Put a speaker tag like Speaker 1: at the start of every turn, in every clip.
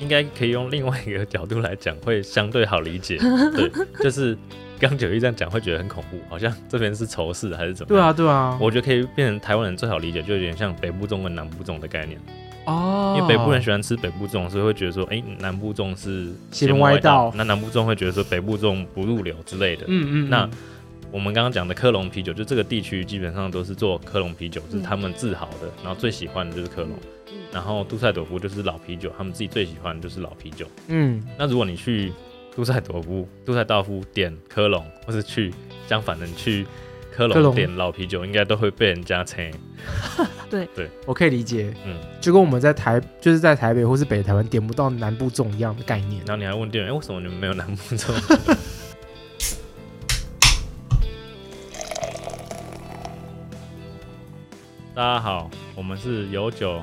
Speaker 1: 应该可以用另外一个角度来讲，会相对好理 解。对，就是刚九一这样讲会觉得很恐怖，好像这边是仇视还是怎么
Speaker 2: 对
Speaker 1: 样？
Speaker 2: 啊，对啊，
Speaker 1: 嗯我觉得可以变成台湾人最好理解，就有点像北部粽跟南部粽的概念，
Speaker 2: 哦，
Speaker 1: 因为北部人喜欢吃北部粽，所以会觉得说，哎、南部粽是
Speaker 2: 邪门
Speaker 1: 门
Speaker 2: 歪
Speaker 1: 道
Speaker 2: 道，
Speaker 1: 那南部粽会觉得说北部粽不入流之类的。
Speaker 2: 嗯，嗯嗯，
Speaker 1: 那我们刚刚讲的科隆啤酒，就这个地区基本上都是做科隆啤酒，
Speaker 2: 嗯
Speaker 1: 这是他们自豪的，然后最喜欢的就是科隆
Speaker 3: 嗯。
Speaker 1: 然后杜塞朵夫就是老啤酒，他们自己最喜欢的就是老啤酒。
Speaker 2: 嗯，
Speaker 1: 那如果你去杜塞朵夫、杜塞道夫点科隆，或是去相反的你去科
Speaker 2: 科
Speaker 1: 隆
Speaker 2: 隆
Speaker 1: 点老啤酒，应该都会被人家称。
Speaker 2: 我可以理解，
Speaker 1: 嗯，
Speaker 2: 就跟我们在台就是在台北或是北台湾点不到南部粽一样的概念啊
Speaker 1: 然。后你还问店员，哎、为什么你们没有南木粽？ 大家好，我们是有酒，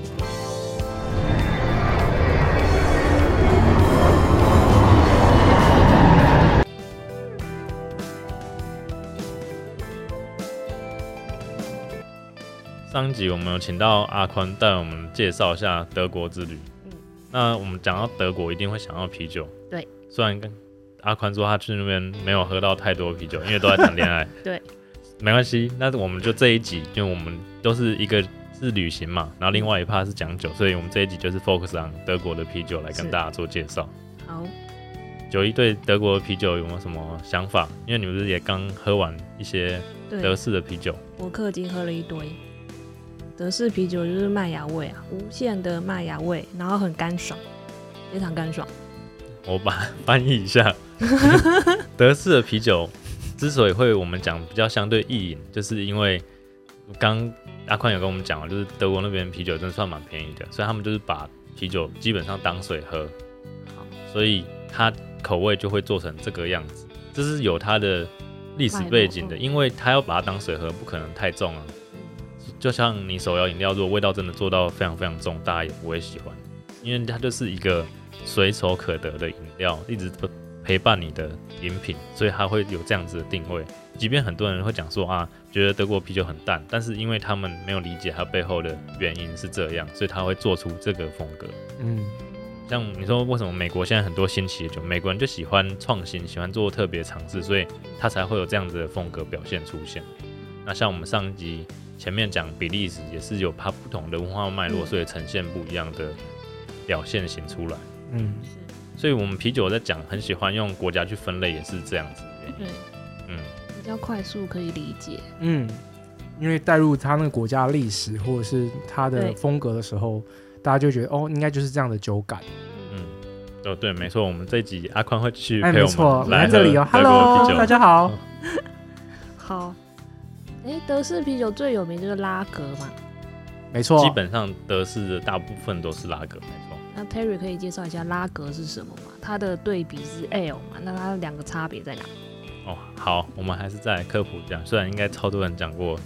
Speaker 1: 上一集我们有请到阿宽带我们介绍一下德国之旅。
Speaker 3: 嗯
Speaker 1: 那我们讲到德国，一定会想到啤酒。
Speaker 3: 对，。
Speaker 1: 虽然跟阿宽说他去那边没有喝到太多啤酒，因为都在谈恋爱
Speaker 3: 对，
Speaker 1: 没关系。那我们就这一集，因为我们都是一个是旅行嘛，然后另外一 part 是讲酒，所以我们这一集就是 focus on 德国的啤酒来跟
Speaker 3: 是
Speaker 1: 大家做介绍。
Speaker 3: 好，
Speaker 1: 九一对德国的啤酒有没有什么想法？因为你们不是也刚喝完一些德
Speaker 3: 对，
Speaker 1: 式的啤酒？
Speaker 3: 我氪金喝了一堆。德式啤酒就是麦芽味啊，无限的麦芽味，然后很干爽，非常干爽。
Speaker 1: 我把它翻译一下，德式的啤酒之所以会我们讲比较相对易饮，就是因为刚阿宽有跟我们讲了，哦就是德国那边啤酒真的算蛮便宜的，所以他们就是把啤酒基本上当水喝
Speaker 3: 好，
Speaker 1: 所以它口味就会做成这个样子，这是有它的历史背景的，
Speaker 3: 脉络
Speaker 1: 因为它要把它当水喝，不可能太重啊。就像你手摇饮料，如果味道真的做到非常非常重，大家也不会喜欢，因为它就是一个随手可得的饮料，一直陪伴你的饮品，所以它会有这样子的定位。即便很多人会讲说啊，觉得德国啤酒很淡，但是因为他们没有理解它背后的原因是这样，所以他会做出这个风格。
Speaker 2: 嗯，
Speaker 1: 像你说为什么美国现在很多新奇的酒，美国人就喜欢创新，喜欢做特别尝试，所以他才会有这样子的风格表现出现。那像我们上一集前面讲比利时也是有它不同的文化脉络，
Speaker 3: 嗯
Speaker 1: 所以呈现不一样的表现型出来。
Speaker 2: 嗯，
Speaker 1: 所以我们啤酒在讲很喜欢用国家去分类，也是这样子的原因。
Speaker 3: 对，
Speaker 1: 嗯，
Speaker 3: 比较快速可以理解。
Speaker 2: 嗯，因为带入他那个国家的历史或者是他的
Speaker 3: 对
Speaker 2: 风格的时候，大家就觉得哦，应该就是这样的酒感。
Speaker 1: 嗯，哦对，没错，我们这一集阿宽会继续
Speaker 2: 哎，
Speaker 1: 陪
Speaker 2: 没
Speaker 1: 我
Speaker 2: 错，
Speaker 1: 们
Speaker 2: 我
Speaker 1: 来
Speaker 2: 在
Speaker 1: 喝
Speaker 2: 这里
Speaker 1: 德
Speaker 2: 哦
Speaker 1: 国的啤
Speaker 2: ，Hello，
Speaker 1: 酒。嗯
Speaker 2: 大家好。
Speaker 3: 好，哎、德式啤酒最有名就是拉格嘛，
Speaker 2: 没错，
Speaker 1: 基本上德式的大部分都是拉格，没错。
Speaker 3: 那 Terry 可以介绍一下拉格是什么吗？它的对比是 L 嘛，那它两个差别在哪？
Speaker 1: 哦，好，我们还是再来科普一下，虽然应该超多人讲过，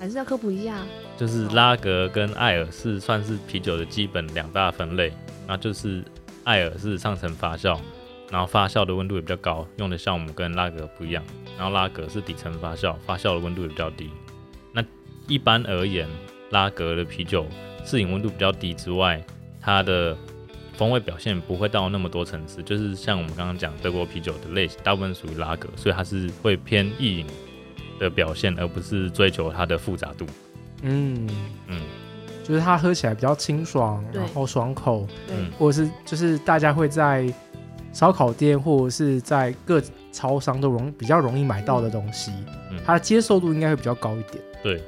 Speaker 3: 还是要科普一下。
Speaker 1: 就是拉格跟艾尔是算是啤酒的基本两大分类，那就是艾尔是上层发酵，然后发酵的温度也比较高，用的酵母跟拉格不一样，然后拉格是底层发酵，发酵的温度也比较低。那一般而言，拉格的啤酒适饮温度比较低之外，它的风味表现不会到那么多层次，就是像我们刚刚讲德国啤酒的类型，大部分属于拉格，所以它是会偏易饮的表现，而不是追求它的复杂度。
Speaker 2: 嗯，
Speaker 1: 嗯，
Speaker 2: 就是它喝起来比较清爽，
Speaker 3: 对
Speaker 2: 然后爽口，
Speaker 3: 对，
Speaker 1: 嗯
Speaker 2: 或者是就是大家会在烧烤店或者是在各超商都容比较容易买到的东西，
Speaker 1: 嗯
Speaker 2: 它的接受度应该会比较高一点。
Speaker 3: 对，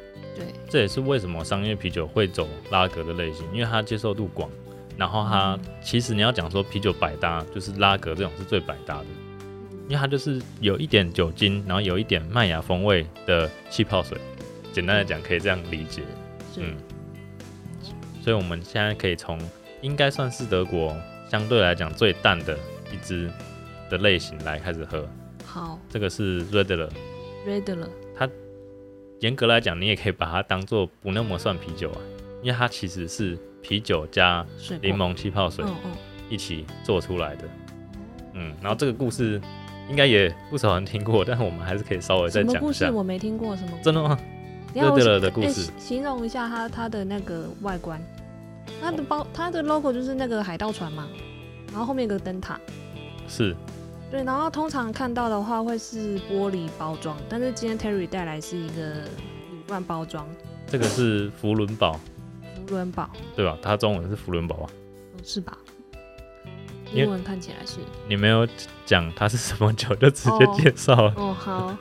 Speaker 1: 这也是为什么商业啤酒会走拉格的类型，因为它接受度广。然后它、其实你要讲说啤酒百搭，就是拉格这种是最百搭的，因为它就是有一点酒精，然后有一点麦芽风味的气泡水。简单来讲，可以这样理解。
Speaker 3: 是、
Speaker 1: 嗯所以我们现在可以从应该算是德国相对来讲最淡的一支的类型来开始喝。
Speaker 3: 好
Speaker 1: 这个是 Redler，
Speaker 3: ，Red 了，
Speaker 1: 严格来讲，你也可以把它当做不那么算啤酒啊，因为它其实是啤酒加
Speaker 3: 水果
Speaker 1: 柠，檬气泡水
Speaker 3: 嗯嗯，
Speaker 1: 一起做出来的。嗯，然后这个故事应该也不少人听过，但我们还是可以稍微
Speaker 3: 什
Speaker 1: 再
Speaker 3: 么
Speaker 1: 讲
Speaker 3: 故
Speaker 1: 一
Speaker 3: 事
Speaker 1: 下。
Speaker 3: 我没听过，什么？
Speaker 1: 真的吗？
Speaker 3: 你要我
Speaker 1: 热
Speaker 3: 形
Speaker 1: 热的故
Speaker 3: 哎
Speaker 1: 事
Speaker 3: 形容一下它它的那个外观，它的包它的 logo 就是那个海盗船嘛，然后后面有个灯塔，哎
Speaker 1: 是
Speaker 3: 对，然后通常看到的话会是玻璃包装，但是今天 Terry 带来是一个铝罐包装
Speaker 1: 这个是福伦堡
Speaker 3: 福伦堡，
Speaker 1: 对吧？它中文是福伦堡啊。
Speaker 3: 嗯是吧？
Speaker 1: 因为
Speaker 3: 英文看起来是
Speaker 1: 你没有讲它是什么酒，就直接
Speaker 3: 哦
Speaker 1: 介绍了。
Speaker 3: 哦好，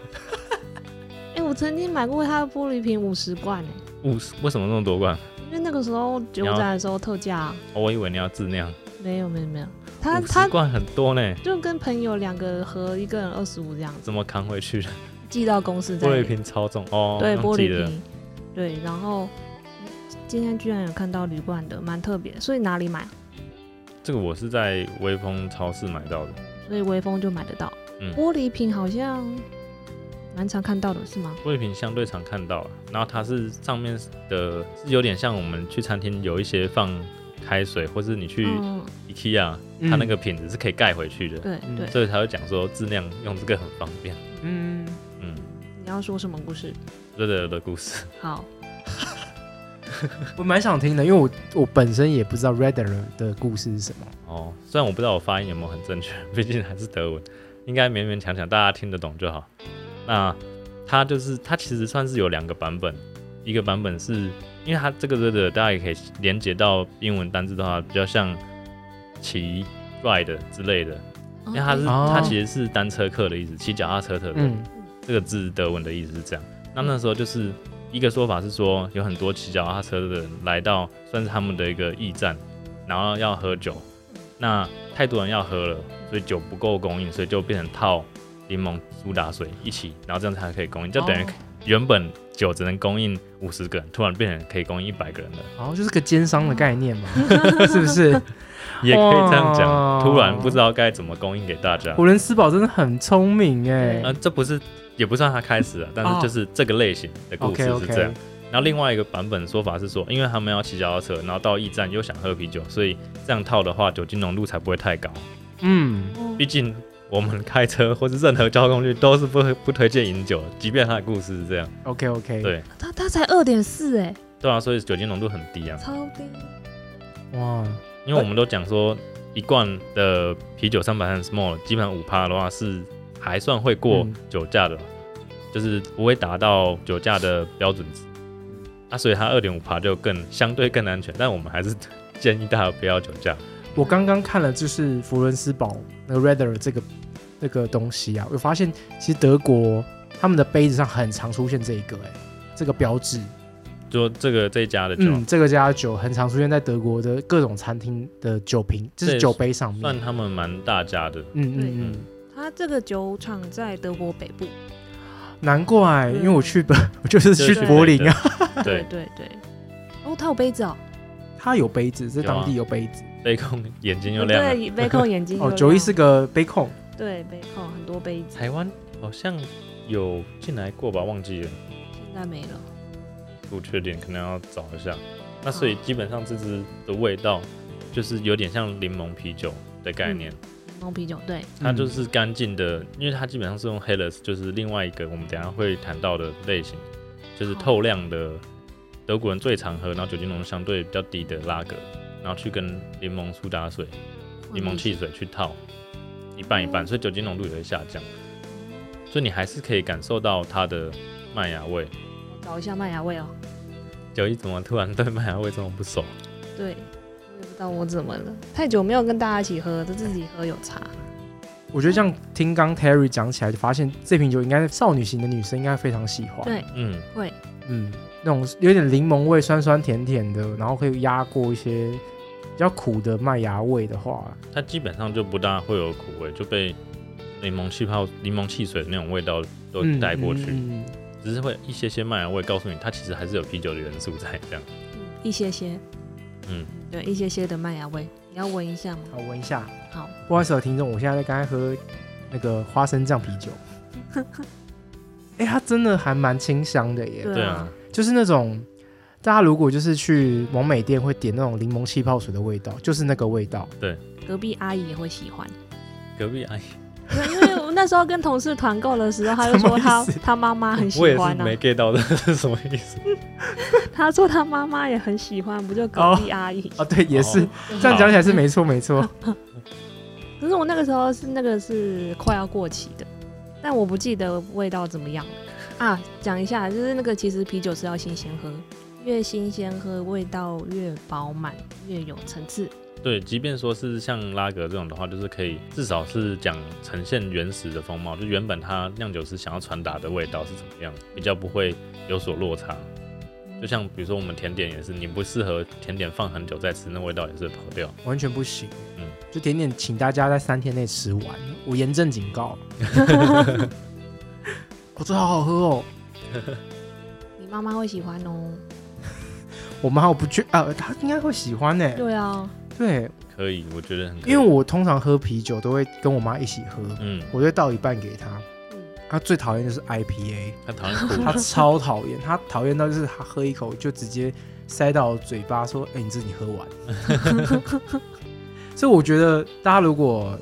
Speaker 3: 哎、我曾经买过它的玻璃瓶五十罐哎、
Speaker 1: 五十为什么那么多罐？
Speaker 3: 因为那个时候酒
Speaker 1: 要
Speaker 3: 展的时候特价、啊，
Speaker 1: 哦我以为你要自酿，
Speaker 3: 没有没有没有，它
Speaker 1: 五十
Speaker 3: 它
Speaker 1: 罐很多呢，
Speaker 3: 就跟朋友两个合一个人二十五这样子，
Speaker 1: 怎么扛回去的？
Speaker 3: 寄到公司再
Speaker 1: 玻璃瓶超重哦，
Speaker 3: 对
Speaker 1: 忘
Speaker 3: 玻
Speaker 1: 记
Speaker 3: 璃
Speaker 1: 了。
Speaker 3: 瓶，对，然后今天居然有看到铝罐的，蛮特别，所以哪里买？
Speaker 1: 这个我是在微风超市买到的，
Speaker 3: 所以微风就买得到。
Speaker 1: 嗯
Speaker 3: 玻璃瓶好像蛮常看到的，是吗？
Speaker 1: 玻璃瓶相对常看到啊。然后它是上面的，是有点像我们去餐厅有一些放开水，或是你去
Speaker 3: 嗯，
Speaker 1: IKEA，、
Speaker 2: 嗯
Speaker 1: 它那个瓶子是可以盖回去的，
Speaker 3: 对
Speaker 2: 嗯
Speaker 3: 对。
Speaker 1: 所以才会讲说质量用这个很方便。
Speaker 2: 嗯，
Speaker 1: 嗯，
Speaker 3: 你要说什么故事？
Speaker 1: 这个的故事，
Speaker 3: 好，
Speaker 2: 我蛮想听的，因为我我本身也不知道 Redder 的故事是什么。
Speaker 1: 哦，虽然我不知道我发音有没有很正确， 毕竟还是德文，应该勉勉强强大家听得懂就好。那它就是它其实算是有两个版本，一个版本是因为它这个这个大家也可以连接到英文单字的话，比较像骑 ride 之类的，因为它是、
Speaker 2: 哦
Speaker 1: 它其实是单车客的意思，骑脚踏车的人。
Speaker 2: 嗯
Speaker 1: 这个字德文的意思是这样。那那时候就是一个说法是说，有很多骑脚踏车的人来到算是他们的一个驿站，然后要喝酒，那太多人要喝了，所以酒不够供应，所以就变成套柠檬苏打水一起，然后这样才可以供应，就等于
Speaker 3: 哦
Speaker 1: 原本酒只能供应五十个人，突然变成可以供应一百个人了，
Speaker 2: 然后就是个奸商的概 念嘛，是不 是？
Speaker 1: 也可以这样
Speaker 2: 哦
Speaker 1: 讲。突然不知道该怎么供应给大家，
Speaker 2: 胡伦斯堡真的很聪明哎、
Speaker 1: 呃，这不是也不算他开始了，但
Speaker 2: 哦
Speaker 1: 是就是这个类型的嗯故事
Speaker 2: OK
Speaker 1: 是这样
Speaker 2: OK，。
Speaker 1: 然后另外一个版本说法是说，因为他们要骑脚踏车，然后到驿站又想喝啤酒，所以这样套的话，酒精浓度才不会太高。
Speaker 2: 嗯，
Speaker 3: 哦
Speaker 1: 毕竟我们开车或是任何交通工具都是不不推荐饮酒的，即便它的故事是这样，
Speaker 2: OK OK，
Speaker 1: 对
Speaker 3: 它它才二点四哎，
Speaker 1: 对啊，所以酒精浓度很低啊。
Speaker 3: 超低。
Speaker 2: 哇，
Speaker 1: 因为我们都讲说，一罐的啤酒三百三 small，基本上五趴的话是还算会过
Speaker 2: 嗯
Speaker 1: 酒驾的，就是不会达到酒驾的标准值。啊，所以它二点五趴就更相对更安全，但我们还是建议大家不要酒驾。
Speaker 2: 我刚刚看了就是福伦斯堡那个 Redder 这个这个东西啊，我发现其实德国他们的杯子上很常出现这一个哎、这个标志，
Speaker 1: 就这个这一家的酒，
Speaker 2: 嗯，这个家的酒很常出现在德国的各种餐厅的酒瓶，
Speaker 1: 这
Speaker 2: 就
Speaker 1: 也
Speaker 2: 是
Speaker 1: 是
Speaker 2: 酒杯上面。
Speaker 1: 算他们蛮大家的。
Speaker 2: 嗯
Speaker 3: 对
Speaker 2: 嗯
Speaker 3: 它这个酒厂在德国北部，
Speaker 2: 嗯，难怪，
Speaker 3: 嗯
Speaker 2: 因为我去本， 我就是去
Speaker 1: 就是
Speaker 2: 柏林啊，
Speaker 1: 对，
Speaker 3: 对对。哦，它有杯子哦，
Speaker 2: 它有杯子，
Speaker 1: 啊
Speaker 2: 这当地有杯子。
Speaker 1: 杯控眼睛又亮了。
Speaker 3: 对，杯 控眼睛
Speaker 2: 哦，
Speaker 3: 就
Speaker 2: 九一
Speaker 3: 亮
Speaker 2: 是个杯控，
Speaker 3: 对杯控很多杯子，
Speaker 1: 台湾好像有进来过吧，忘记了，
Speaker 3: 现在没了。
Speaker 1: 不确定，可能要找一下。那所以基本上这支的味道就是有点像柠檬啤酒的概
Speaker 2: 嗯
Speaker 1: 念，
Speaker 3: 柠檬啤酒对，
Speaker 1: 它就是干净的，因为它基本上是用 Helles，就是另外一个我们等一下会谈到的类型，就是透亮的德国人最常喝，然后酒精浓度相对比较低的拉格，然后去跟柠檬苏打水柠檬汽水去套，一半一半，
Speaker 3: 嗯
Speaker 1: 所以酒精浓度也会下降，所以你还是可以感受到它的麦芽味。
Speaker 3: 我找一下麦芽味哦。
Speaker 1: 九一怎么突然对麦芽味这么不熟？
Speaker 3: 对，我也不知道我怎么了，太久没有跟大家一起喝，都自己喝有差。
Speaker 2: 我觉得这样听刚 Terry 讲起来，就发现这瓶酒应该少女型的女生应该非常喜欢。
Speaker 3: 对
Speaker 1: 嗯，
Speaker 3: 会，
Speaker 2: 嗯，那种有点柠檬味，酸酸甜甜的，然后可以压过一些比较苦的麦芽味的话，
Speaker 1: 它基本上就不大会有苦味，就被柠檬气泡、柠檬汽水的那种味道都
Speaker 2: 嗯
Speaker 1: 带过去，
Speaker 2: 嗯嗯
Speaker 1: 只是会一些些麦芽味告诉你，它其实还是有啤酒的元素在这样。
Speaker 3: 一些些，
Speaker 1: 嗯，
Speaker 3: 对，一些些的麦芽味，你要闻一下吗
Speaker 2: 嗯？好，闻一下。
Speaker 3: 好，
Speaker 2: 哦 不好意思，听众，我现在在刚才喝那个花生酱啤酒。哎、它真的还蛮清香的耶，
Speaker 3: 对
Speaker 1: 对啊，
Speaker 2: 就是那种大家如果就是去完美店会点那种柠檬气泡水的味道，就是那个味道。
Speaker 3: 隔壁阿姨也会喜欢。
Speaker 1: 隔壁哎阿姨，
Speaker 3: 因为因为我那时候跟同事团购的时候，他就
Speaker 2: 什么
Speaker 3: 说他
Speaker 2: 意思
Speaker 3: 他妈妈很
Speaker 1: 我
Speaker 3: 喜
Speaker 1: 也是
Speaker 3: 欢啊
Speaker 1: 没，get 到的是什么意思？
Speaker 3: 他说他妈妈也很喜欢，不就隔壁阿姨？
Speaker 2: 啊，对，也是、
Speaker 1: 哦
Speaker 2: 这样讲起来是没错没错。
Speaker 3: 可是我那个时候是那个是快要过期的，但我不记得味道怎么样了啊。讲一下，就是那个其实啤酒是要新鲜喝，越新鲜喝味道越饱满，越有层次。
Speaker 1: 对，即便说是像拉格这种的话，就是可以至少是讲呈现原始的风貌，就原本它酿酒师想要传达的味道是怎么样，比较不会有所落差。就像比如说我们甜点也是，你不适合甜点放很久再吃，那味道也是跑掉。
Speaker 2: 完全不行。
Speaker 1: 嗯
Speaker 2: 就点点，请大家在三天内吃完。我严正警告。我、哦、这好好喝哦！
Speaker 3: 你妈妈会喜欢
Speaker 2: 嗯
Speaker 3: 哦。
Speaker 2: 我妈我不觉啊，她应该会喜欢呢。
Speaker 3: 对啊，
Speaker 2: 对，
Speaker 1: 可以，我觉得很可以。
Speaker 2: 因为我通常喝啤酒都会跟我妈一起喝，
Speaker 1: 嗯，
Speaker 2: 我就会倒一半给她
Speaker 3: 嗯。
Speaker 2: 她最讨厌就是 IPA，
Speaker 1: 他讨厌苦，
Speaker 2: 她超讨厌，她讨厌到就是她喝一口就直接塞到我嘴巴，说：“哎、你自己喝完。” 所以我觉得大家如果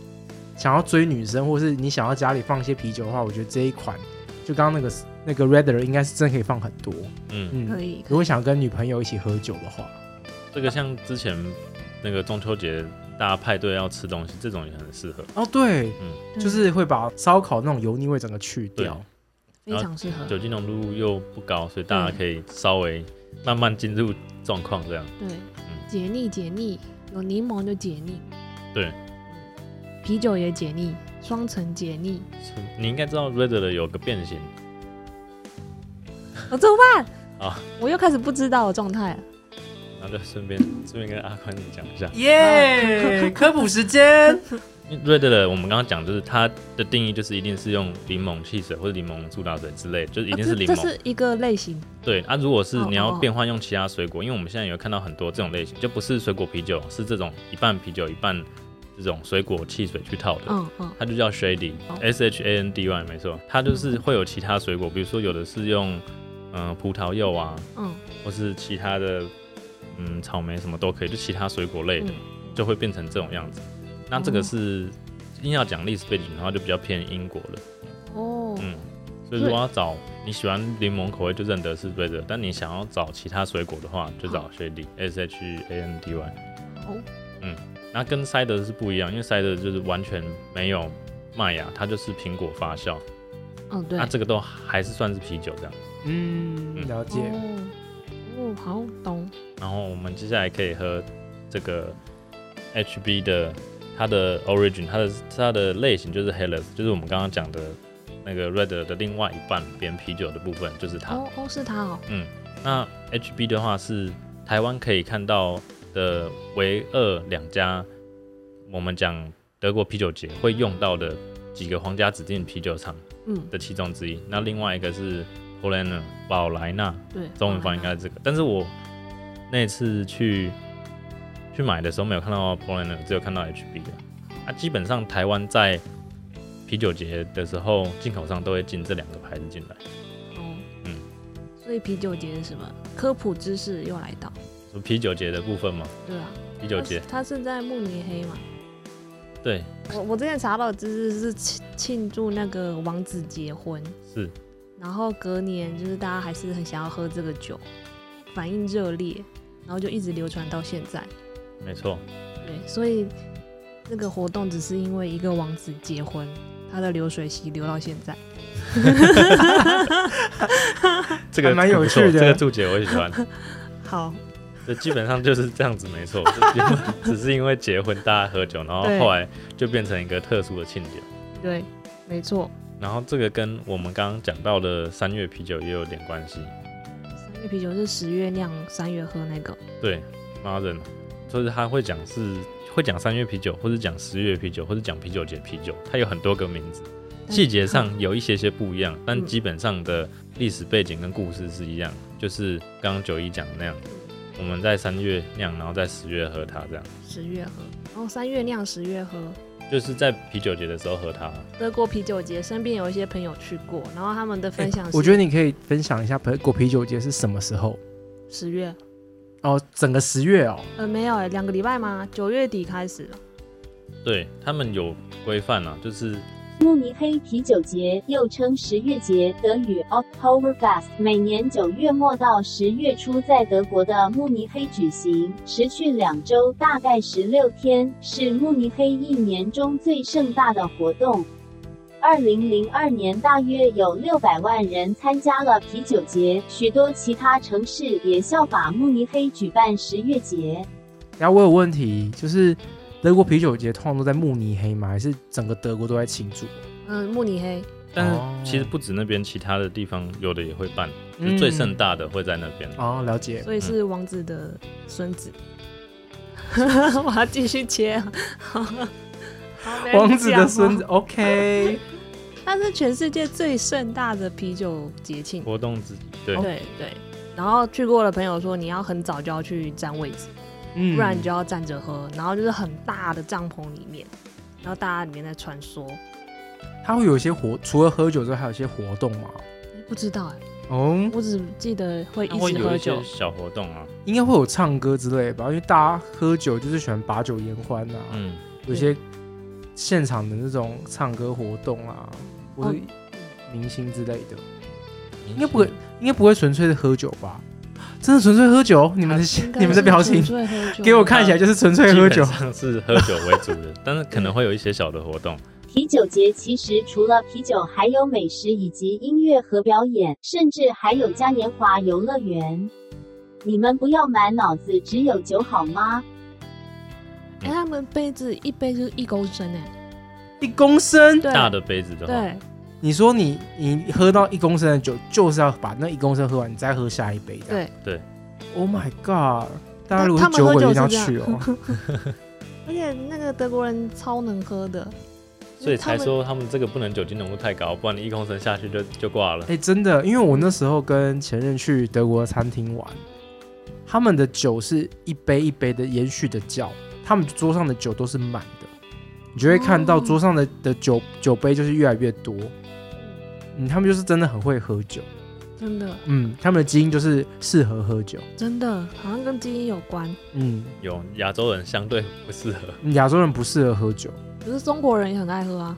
Speaker 2: 想要追女生，或是你想要家里放一些啤酒的话，我觉得这一款就刚刚那个那个 Redder 应该是真的可以放很多。
Speaker 1: 嗯，
Speaker 2: 嗯，
Speaker 3: 可以。
Speaker 2: 如果想跟女朋友一起喝酒的话，
Speaker 1: 这个像之前那个中秋节大家派对要吃东西，这种也很适合。
Speaker 2: 哦对，
Speaker 3: 对
Speaker 2: 就是会把烧烤那种油腻味整个去掉。
Speaker 3: 非常适合。
Speaker 1: 酒精浓度又不高，所以大家可以稍微慢慢进入状况，这样
Speaker 3: 对，解腻解腻，有柠檬就解腻。
Speaker 1: 对
Speaker 3: 嗯，啤酒也解腻，双层 解腻。
Speaker 1: 是你应该知道 Red 的有个变形，
Speaker 3: 哦我、怎么办？
Speaker 1: 啊，
Speaker 3: 我又开始不知道的状态了。
Speaker 1: 然后就顺便顺便跟阿宽你讲一下，
Speaker 2: 耶、科普时间。
Speaker 1: 因为 Red 的我们刚刚讲就是它的定义就是一定是用柠檬汽水或者柠檬苏打水之类，就是一定是
Speaker 3: 啊这
Speaker 1: 柠
Speaker 3: 这
Speaker 1: 檬。
Speaker 3: 是一个类型。
Speaker 1: 对啊，如果是
Speaker 3: 哦
Speaker 1: 你要
Speaker 3: 哦哦
Speaker 1: 变换用其他水果，因为我们现在也会看到很多这种类型，就不是水果啤酒，是这种一半啤酒一半这种水果汽水去套的。
Speaker 3: 嗯嗯，
Speaker 1: 它就叫 shady
Speaker 3: 哦
Speaker 1: s h a n d y 没错，它就是会有其他水果，比如说有的是用嗯、呃葡萄柚啊，
Speaker 3: 嗯，
Speaker 1: 或是其他的嗯草莓什么都可以，就其他水果类的、
Speaker 3: 嗯哦
Speaker 1: 就会变成这种样子。那这个是硬要讲历史背景的话，就比较偏英国了，
Speaker 3: 哦，
Speaker 1: 嗯。所以如果要找你喜欢柠檬口味，就认得是 r e d 但你想要找其他水果的话，就找 shady s h a n d y。嗯
Speaker 3: 哦，
Speaker 1: 那跟塞德是不一样，因为塞德就是完全没有麦芽，它就是苹果发酵。
Speaker 3: 嗯，对
Speaker 1: 那、，啊这个都还是算是啤酒这样。
Speaker 2: 嗯，了解。
Speaker 3: 哦，哦，好懂。
Speaker 1: 然后我们接下来可以喝这个 HB 的它的 origin，它的它的类型就是 Helles，就是我们刚刚讲的那个 Red 的另外一半边啤酒的部分就是它。
Speaker 3: 哦哦，是他哦，
Speaker 1: 那 HB 的话是台湾可以看到的唯二两家，我们讲德国啤酒节会用到的几个皇家指定啤酒厂
Speaker 3: 嗯，
Speaker 1: 的其中之一。那另外一个是 p o l a n a 宝莱纳，
Speaker 3: 对，
Speaker 1: 中文翻应该是这个。但是我那次去去买的时候没有看到 p o l a n e 只有看到 HB 的。啊，基本上台湾在啤酒节的时候，进口商都会进这两个牌子进来，
Speaker 3: 哦，
Speaker 1: 嗯
Speaker 3: 嗯，所以啤酒节是什么？科普知识又来到，
Speaker 1: 说啤酒节的部分嘛，
Speaker 3: 对啊，
Speaker 1: 啤酒节
Speaker 3: 它它是在慕尼黑嘛。
Speaker 1: 对
Speaker 3: 我我之前查到的知识是庆庆祝那个王子结婚，
Speaker 1: 是
Speaker 3: 然后隔年就是大家还是很想要喝这个酒，反应热烈，然后就一直流传到现在。
Speaker 1: 没错。
Speaker 3: 对，所以这个活动只是因为一个王子结婚，他的流水席流到现在。
Speaker 1: 这个
Speaker 2: 还蛮有
Speaker 1: 不错
Speaker 2: 趣的
Speaker 1: 这个注解我也喜 欢。
Speaker 3: 好，
Speaker 1: 这基本上就是这样子，没错，就是因为只是因为结婚大家喝酒，然后
Speaker 3: 对
Speaker 1: 后来就变成一个特殊的庆典。
Speaker 3: 对，没错，
Speaker 1: 然后这个跟我们刚刚讲到的三月啤酒也有点关系。
Speaker 3: 三月啤酒是十月酿，三月喝那个。
Speaker 1: 对 m a r i n 就是他会讲是会讲三月啤酒，或者讲十月啤酒，或者讲啤酒节啤酒，它有很多个名字，
Speaker 3: 但
Speaker 1: 细节
Speaker 2: 嗯
Speaker 1: 上有一些些不一样，但
Speaker 3: 嗯
Speaker 1: 基本上的历史背景跟故事是一样，就是刚刚九一讲的那样，我们在三月酿，然后在十月喝它这样。
Speaker 3: 十月喝，然后三月酿，十月喝，
Speaker 1: 就是在啤酒节的时候喝它。
Speaker 3: 德国啤酒节，身边有一些朋友去过，然后他们的分享是，
Speaker 2: 哎我觉得你可以分享一下德国啤酒节是什么时候？
Speaker 3: 十月，
Speaker 2: 哦，整个十月哦，
Speaker 3: 呃，没有哎、两个礼拜吗？九月底开始了，
Speaker 1: 对他们有规范啊，就是
Speaker 4: 慕尼黑啤酒节又称十月节，德语 Oktoberfest，每年九月末到十月初在德国的慕尼黑举行，持续两周，大概十六天，是慕尼黑一年中最盛大的活动。二零零二年，大约有六百万人参加了啤酒节，许多其他城市也效法慕尼黑举办十月节。
Speaker 2: 然后我有问题，就是德国啤酒节通常都在慕尼黑吗？还是整个德国都在庆祝？
Speaker 3: 嗯，慕尼黑，
Speaker 1: 但
Speaker 2: 哦
Speaker 1: 是其实不止那边，其他的地方有的也会办，
Speaker 3: 嗯
Speaker 1: 就是最盛大的会在那边。
Speaker 2: 哦，了解。
Speaker 3: 所以是王子的孙子。
Speaker 2: 嗯
Speaker 3: 我要继续切，啊好，好没人
Speaker 2: 王子的
Speaker 3: 讲
Speaker 2: 孙
Speaker 3: 哦
Speaker 2: 子，OK，
Speaker 3: 它是全世界最盛大的啤酒节庆。
Speaker 1: 活动之对，
Speaker 3: 对对。然后去过的朋友说，你要很早就要去占位置，
Speaker 2: 嗯
Speaker 3: 不然你就要站着喝。然后就是很大的帐篷里面，然后大家里面在穿梭。
Speaker 2: 他会有一些活，除了喝酒之外，还有一些活动嘛？
Speaker 3: 不知道哎、
Speaker 2: 哦，
Speaker 3: 我只记得会
Speaker 1: 它会
Speaker 3: 一直
Speaker 1: 有
Speaker 3: 喝
Speaker 1: 一些
Speaker 3: 酒。
Speaker 1: 小活动啊，
Speaker 2: 应该会有唱歌之类吧，因为大家喝酒就是喜欢把酒言欢呐、
Speaker 1: 嗯，
Speaker 2: 有些现场的那种唱歌活动啊，或者
Speaker 3: 哦
Speaker 2: 明星之类的，应该不会，应该不会纯粹是喝酒吧？真的纯粹喝酒？你们
Speaker 3: 啊
Speaker 2: 的 你们的表情给我看起来就是纯粹
Speaker 1: 基
Speaker 2: 喝
Speaker 1: 本
Speaker 2: 酒。
Speaker 1: 上是喝酒为主的， 但是可能会有一些小的活动。
Speaker 4: 啤酒节其实除了啤酒，还有美食以及音乐和表演，甚至还有嘉年华游乐园。你们不要满脑子只有酒好吗？
Speaker 3: 哎、他们杯子一杯就是一公升哎、
Speaker 2: 一公升？
Speaker 3: 对
Speaker 1: 大的杯子的话，
Speaker 3: 对，
Speaker 2: 你说你你喝到一公升的酒，就是要把那一公升喝完，你再喝下一杯这样。
Speaker 1: 对对。
Speaker 2: Oh my god！大家
Speaker 3: 但
Speaker 2: 如果
Speaker 3: 他
Speaker 2: 是
Speaker 3: 们
Speaker 2: 酒
Speaker 3: 喝
Speaker 2: 鬼，
Speaker 3: 酒
Speaker 2: 一定要
Speaker 3: 是这嗯
Speaker 2: 去 哦。
Speaker 3: 而且那个德国人超能喝的，
Speaker 1: 所以才
Speaker 3: 他们
Speaker 1: 说他们这个不能酒精浓度太高，不然你一公升下去就就挂了
Speaker 2: 哎、。真的，因为我那时候跟前任去德国的餐厅玩，他们的酒是一杯一杯的延续的叫，他们桌上的酒都是满的，你就会看到
Speaker 3: 哦
Speaker 2: 桌上的的酒酒杯就是越来越多。嗯，他们就是真的很会喝酒，
Speaker 3: 真的
Speaker 2: 嗯，他们的基因就是适合喝酒，
Speaker 3: 真的好像跟基因有关，
Speaker 2: 嗯，
Speaker 1: 有亚洲人相对不适合，
Speaker 2: 亚洲人不适合喝酒，
Speaker 3: 可是中国人也很爱喝啊，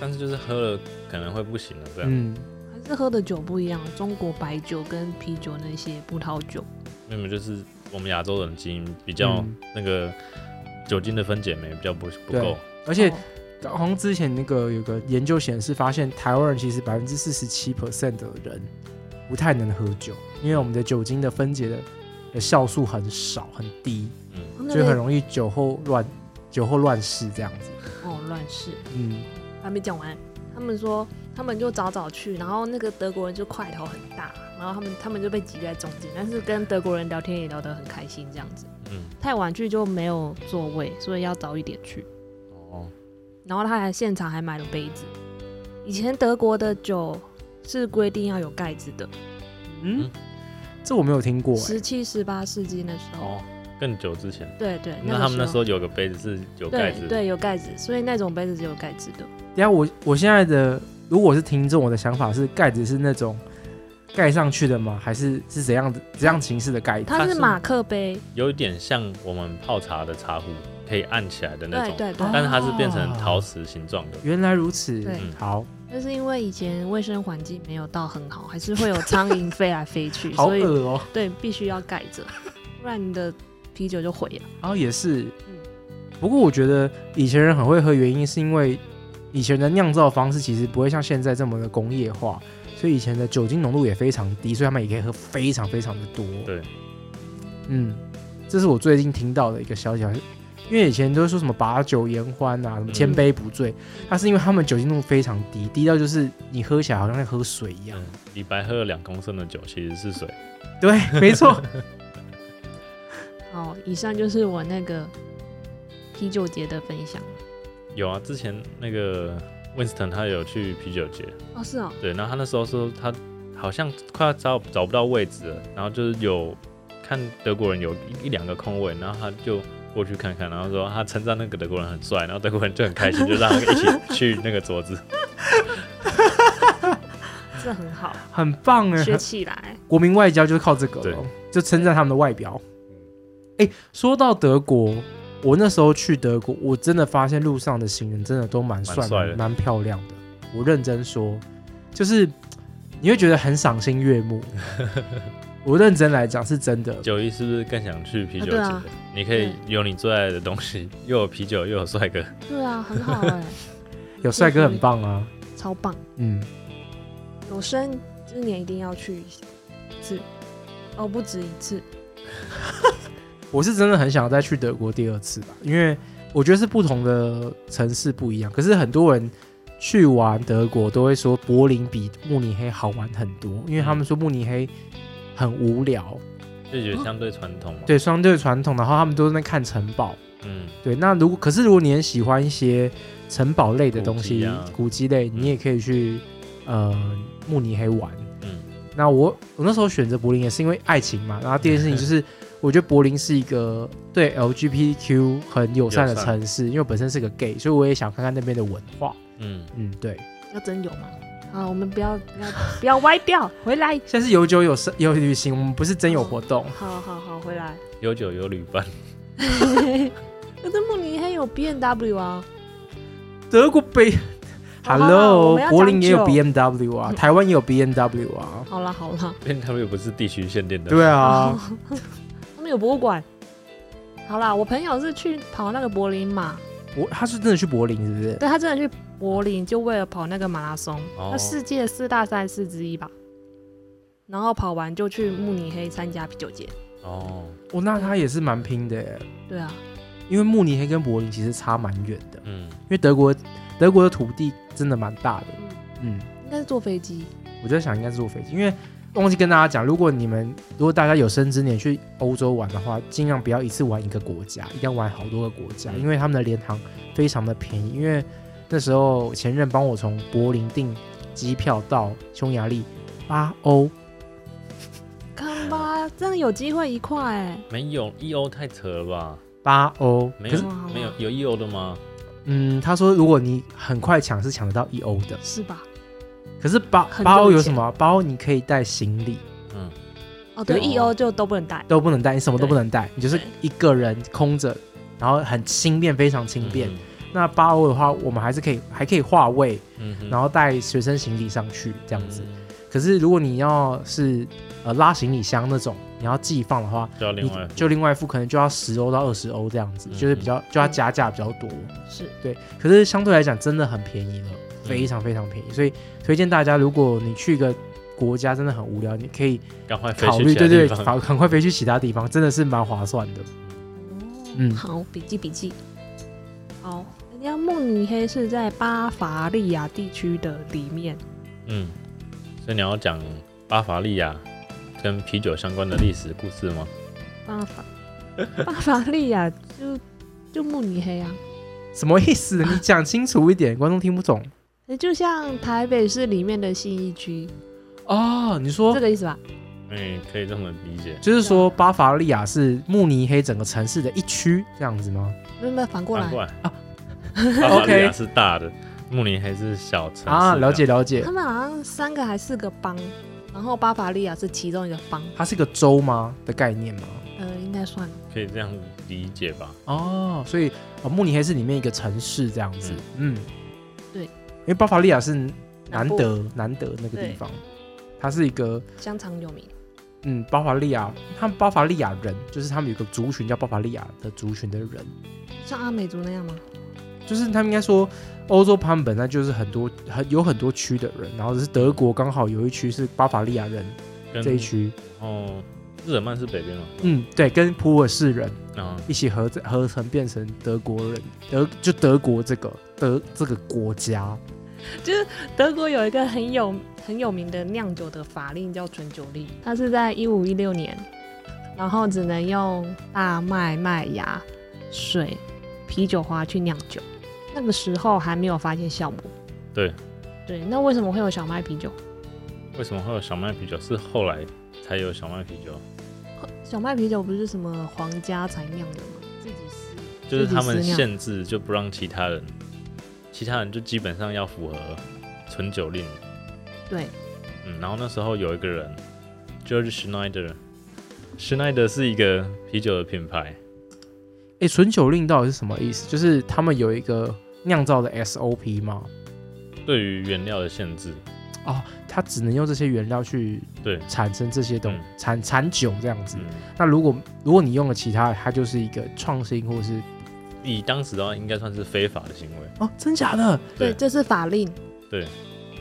Speaker 1: 但是就是喝了可能会不行了这样。
Speaker 2: 嗯，
Speaker 3: 还是喝的酒不一样，中国白酒跟啤酒那些葡萄酒，
Speaker 1: 那么就是我们亚洲人基因比较
Speaker 2: 嗯
Speaker 1: 那个酒精的分解酶比较不不
Speaker 2: 对
Speaker 1: 够，
Speaker 2: 而且
Speaker 3: 哦
Speaker 2: 好像之前那个有个研究显示，发现台湾人其实百分之四十七 percent 的人不太能喝酒，因为我们的酒精的分解的的酵素很少很低，
Speaker 1: 嗯，
Speaker 3: 那
Speaker 2: 所以很
Speaker 3: 边
Speaker 2: 容易酒后乱酒后乱世这样子。
Speaker 3: 哦乱世
Speaker 2: 嗯，
Speaker 3: 还没讲完，他们说他们就早早去，然后那个德国人就块头很大，然后他们他们就被挤在中间，但是跟德国人聊天也聊得很开心这样子，
Speaker 1: 嗯，
Speaker 3: 太晚去就没有座位，所以要早一点去。
Speaker 1: 哦，
Speaker 3: 然后他还现场还买了杯子。以前德国的酒是规定要有盖子的，
Speaker 2: 嗯这我没有听过、欸
Speaker 3: 十。七、十八世纪那时候，
Speaker 1: 哦，更久之前，
Speaker 3: 对对，
Speaker 1: 那他们那时候
Speaker 3: 候
Speaker 1: 有个杯子是有盖
Speaker 3: 对
Speaker 1: 子的，
Speaker 3: 对有盖子，所以那种杯子是有盖子的。
Speaker 2: 等一下我我现在的如果我是听众，我的想法是盖子是那种盖上去的吗？还是是怎样的怎样形式的盖子？
Speaker 3: 它
Speaker 1: 它
Speaker 3: 是
Speaker 1: 是
Speaker 3: 马克杯，
Speaker 1: 有一点像我们泡茶的茶壶，可以按起来的那种，
Speaker 3: 对
Speaker 1: 哦
Speaker 3: 对对。
Speaker 1: 但是它是变成陶瓷形状的。嗯
Speaker 2: 原来如此
Speaker 3: 对，
Speaker 2: 好，
Speaker 3: 但是因为以前卫生环境没有到很好，还是会有苍蝇飞来 飞去，
Speaker 2: 好
Speaker 3: 所以
Speaker 2: 恶哦、
Speaker 3: 对必须要盖着，不然你的啤酒就毁了。
Speaker 2: 然后也是
Speaker 3: 嗯，
Speaker 2: 不过我觉得以前人很会喝，原因是因为以前的酿造方式其实不会像现在这么的工业化，所以以前的酒精浓度也非常低，所以他们也可以喝非常非常的多。
Speaker 1: 对，
Speaker 2: 嗯，这是我最近听到的一个消息，好像因为以前都会说什么把酒言欢啊，什么千杯不醉，那、是因为他们酒精浓度非常低，低到就是你喝起来好像在喝水一样。
Speaker 1: 嗯，李白喝了两公升的酒，其实是水。
Speaker 2: 对，没错。
Speaker 3: 好，以上就是我那个啤酒节的分享。
Speaker 1: 有啊，之前那个 Winston 他有去啤酒节，
Speaker 3: 哦，是哦，
Speaker 1: 对，然后他那时候说他好像快要找找不到位置了，然后就是有看德国人有一一两个空位，然后他就过去看看，然后说他称赞那个德国人很帅，然后德国人就很开心，就让他一起 去那个桌子。
Speaker 3: 这很好，
Speaker 2: 很棒哎，
Speaker 3: 学起来。
Speaker 2: 国民外交就是靠这个
Speaker 1: 对嗯
Speaker 2: 咯，就称赞他们的外表。哎、说到德国，我那时候去德国，我真的发现路上的行人真的都蛮帅
Speaker 1: 蛮帅的
Speaker 2: 蛮、蛮漂亮的。我认真说，就是你会觉得很赏心 悦目。我认真来讲是真的，
Speaker 1: 九一是不是更想去啤酒节？
Speaker 3: 啊对啊
Speaker 1: 你可以有你最爱的东西，又有啤酒又有帅哥，
Speaker 3: 对啊，很好哎、
Speaker 2: 有帅哥很棒啊。
Speaker 3: 超棒！
Speaker 2: 嗯，
Speaker 3: 有生之年一定要去一次，哦，不止一次。
Speaker 2: 我是真的很想再去德国第二次吧，因为我觉得是不同的城市不一样。可是很多人去玩德国都会说柏林比慕尼黑好玩很多，因为他们说慕尼黑很无聊，
Speaker 1: 就觉得相对传统嘛。，
Speaker 2: 对，相对传统，然后他们都在那看城堡。
Speaker 1: 嗯，
Speaker 2: 对，那如果可是如果你很喜欢一些城堡类的东
Speaker 1: 古迹
Speaker 2: 西
Speaker 1: 啊，
Speaker 2: 古迹类，
Speaker 1: 嗯
Speaker 2: 你也可以去呃慕尼黑玩。
Speaker 1: 嗯，
Speaker 2: 那我我那时候选择柏林也是因为爱情嘛，然后第二件事 情就是我觉得柏林是一个对 LGBTQ 很友善的
Speaker 1: 友善
Speaker 2: 城市，因为我本身是个 gay，所以我也想看看那边的文化。
Speaker 1: 嗯，
Speaker 2: 嗯，对，
Speaker 3: 要真有吗？啊，我们不要不要不要歪掉， 回来。
Speaker 2: 现在是有酒有生有旅行，我们不是真有活动。
Speaker 1: 哦
Speaker 3: 好好好，回 来。
Speaker 1: 有酒有旅伴，
Speaker 3: 可是慕尼黑有 B N W 啊。
Speaker 2: 德国北
Speaker 3: 好好好我
Speaker 2: ，Hello，
Speaker 3: 们要
Speaker 2: 柏林也有
Speaker 3: 讲究嗯
Speaker 2: BMW 啊，台湾也有 BMW 啊。
Speaker 3: 好啦好啦，
Speaker 1: 因为他们又不是地区限定的。
Speaker 2: 对
Speaker 3: 哦
Speaker 2: 啊，
Speaker 3: 他们有博物馆。好啦，我朋友是去跑那个柏林马，
Speaker 2: 柏他是真的去柏林是不是？
Speaker 3: 对他真的去柏林就为了跑那个马拉松，
Speaker 1: 哦
Speaker 3: 那世界四大赛事之一吧。然后跑完就去慕尼黑参加啤酒节。
Speaker 1: 哦，
Speaker 2: 哦，那他也是蛮拼的耶，
Speaker 3: 对啊，
Speaker 2: 因为慕尼黑跟柏林其实差蛮远的，
Speaker 1: 嗯，
Speaker 2: 因为德国德国的土地真的蛮大的。
Speaker 3: 嗯
Speaker 2: 嗯，
Speaker 3: 应该是坐飞机。
Speaker 2: 我在想应该是坐飞机，因为忘记跟大家讲，如果你们如果大家有生之年去欧洲玩的话，尽量不要一次玩一个国家，一定要玩好多个国家，
Speaker 1: 嗯
Speaker 2: 因为他们的联航非常的便宜。因为那时候前任帮我从柏林订机票到匈牙利，八欧，
Speaker 3: 看吧，真的有机会一块哎、
Speaker 1: 没有 E O 太扯了吧？
Speaker 2: 八欧，
Speaker 1: 没
Speaker 2: 可
Speaker 1: 有
Speaker 2: 是
Speaker 1: 没有有 E O 的吗？
Speaker 2: 嗯，他说如果你很快抢是抢得到一欧的。
Speaker 3: 是吧？
Speaker 2: 可是包
Speaker 3: 很
Speaker 2: 包
Speaker 3: 重
Speaker 2: 有
Speaker 3: 钱
Speaker 2: 什么啊？包你可以带行李，
Speaker 1: 嗯，
Speaker 3: 哦，对，
Speaker 1: 对
Speaker 3: 一欧就都不能带。
Speaker 2: 都不能带，你什么都
Speaker 1: 对
Speaker 2: 不能带，你就是
Speaker 3: 对
Speaker 2: 一个人空着，然后很轻便，非常轻便。
Speaker 1: 嗯
Speaker 2: 那八欧的话，我们还是可以还可以化位，
Speaker 1: 嗯哼，
Speaker 2: 然
Speaker 1: 后
Speaker 2: 后带随身行李上去这样子。
Speaker 1: 嗯
Speaker 2: 可是如果你要是呃拉行李箱那种，你要寄放的话，
Speaker 1: 就要另
Speaker 2: 你
Speaker 1: 外
Speaker 2: 就另外付，可能就要十欧到二十欧这样子，
Speaker 1: 嗯
Speaker 2: 就是比较就要加价比较多。
Speaker 3: 是，
Speaker 2: 对，可是相对来讲真的很便宜了，非常非常便宜，所以推荐大家，如果你去一个国家真的很无聊，你可以
Speaker 1: 赶快飞
Speaker 2: 考
Speaker 1: 去
Speaker 2: 虑
Speaker 1: 其
Speaker 2: 对
Speaker 1: 他
Speaker 2: 对，
Speaker 1: 地方。
Speaker 2: 考很快飞去其他地方，真的是蛮划算的。嗯
Speaker 3: 好，笔记笔记。好，人家慕尼黑是在巴伐利亚地区的里面，
Speaker 1: 嗯，所以你要讲巴伐利亚跟啤酒相关的历史故事吗？
Speaker 3: 巴 伐巴伐利亚就就慕尼黑啊，
Speaker 2: 什么意思？你讲清楚一点，观众听不懂
Speaker 3: 也就像台北市里面的信义区，
Speaker 2: 哦。你说
Speaker 3: 这个意思吧？
Speaker 1: 嗯，可以这么理解。
Speaker 2: 就是说巴伐利亚是慕尼黑整个城市的一区这样子吗？
Speaker 3: 没有没有，反过来
Speaker 1: 反，过来
Speaker 2: 啊，
Speaker 1: 巴伐利亚
Speaker 2: OK
Speaker 1: 是大的，慕尼黑是小城市
Speaker 2: 啊，了解
Speaker 1: 这样。
Speaker 2: 了解
Speaker 3: 他，们好像三个还四个邦，然后巴伐利亚是其中一个邦，
Speaker 2: 它是个州吗的概念吗？
Speaker 3: 呃，应该算
Speaker 1: 可以这样理解吧？
Speaker 2: 哦，所以哦，慕尼黑是里面一个城市这样子，嗯，
Speaker 3: 对
Speaker 2: 因为巴伐利亚是南
Speaker 3: 部
Speaker 2: 德南德那个地
Speaker 3: 对
Speaker 2: 方，它是一个
Speaker 3: 香肠有名。
Speaker 2: 嗯，巴伐利亚，他们巴伐利亚人就是他们有个族群叫巴伐利亚的族群的人，
Speaker 3: 像阿美族那样吗？
Speaker 2: 就是他们应该说欧洲他们本来就是很多很有很多区的人，然后只是德国刚好有一区是巴伐利亚人
Speaker 1: 跟
Speaker 2: 这一区，
Speaker 1: 哦，日耳曼是北边吗？
Speaker 2: 嗯，对，跟普洱士人
Speaker 1: 啊，
Speaker 2: 一起合在合成变成德国人，德就德国这个德这个国家，
Speaker 3: 德国有一个很有很有名的酿酒的法令叫纯酒令，它是在一五一六年，然后只能用大麦、麦芽、水、啤酒花去酿酒。那个时候还没有发现酵母。
Speaker 1: 对
Speaker 3: 对，那为什么会有小麦啤酒？
Speaker 1: 为什么会有小麦啤酒？是后来才有小麦啤酒。
Speaker 3: 小麦啤酒不是什么皇家才酿的吗？自己私
Speaker 1: 就是他们
Speaker 3: 自己私酿
Speaker 1: 限制就不让其他人，其他人就基本上要符合存酒令。
Speaker 3: 对，
Speaker 1: 嗯，然后那时候有一个人，George Schneider，Schneider 是一个啤酒的品牌，
Speaker 2: 哎，存酒令到底是什么意思？就是他们有一个酿造的 SOP 吗？
Speaker 1: 对于原料的限制，
Speaker 2: 它只能用这些原料去
Speaker 1: 对
Speaker 2: 产生这些东
Speaker 1: 嗯
Speaker 2: 产产酒这样子。
Speaker 1: 嗯，
Speaker 2: 那如果如果你用了其他，它就是一个创新或是
Speaker 1: 以当时的话应该算是非法的行为。
Speaker 2: 哦，真假的？
Speaker 1: 对
Speaker 3: 对，这是法令，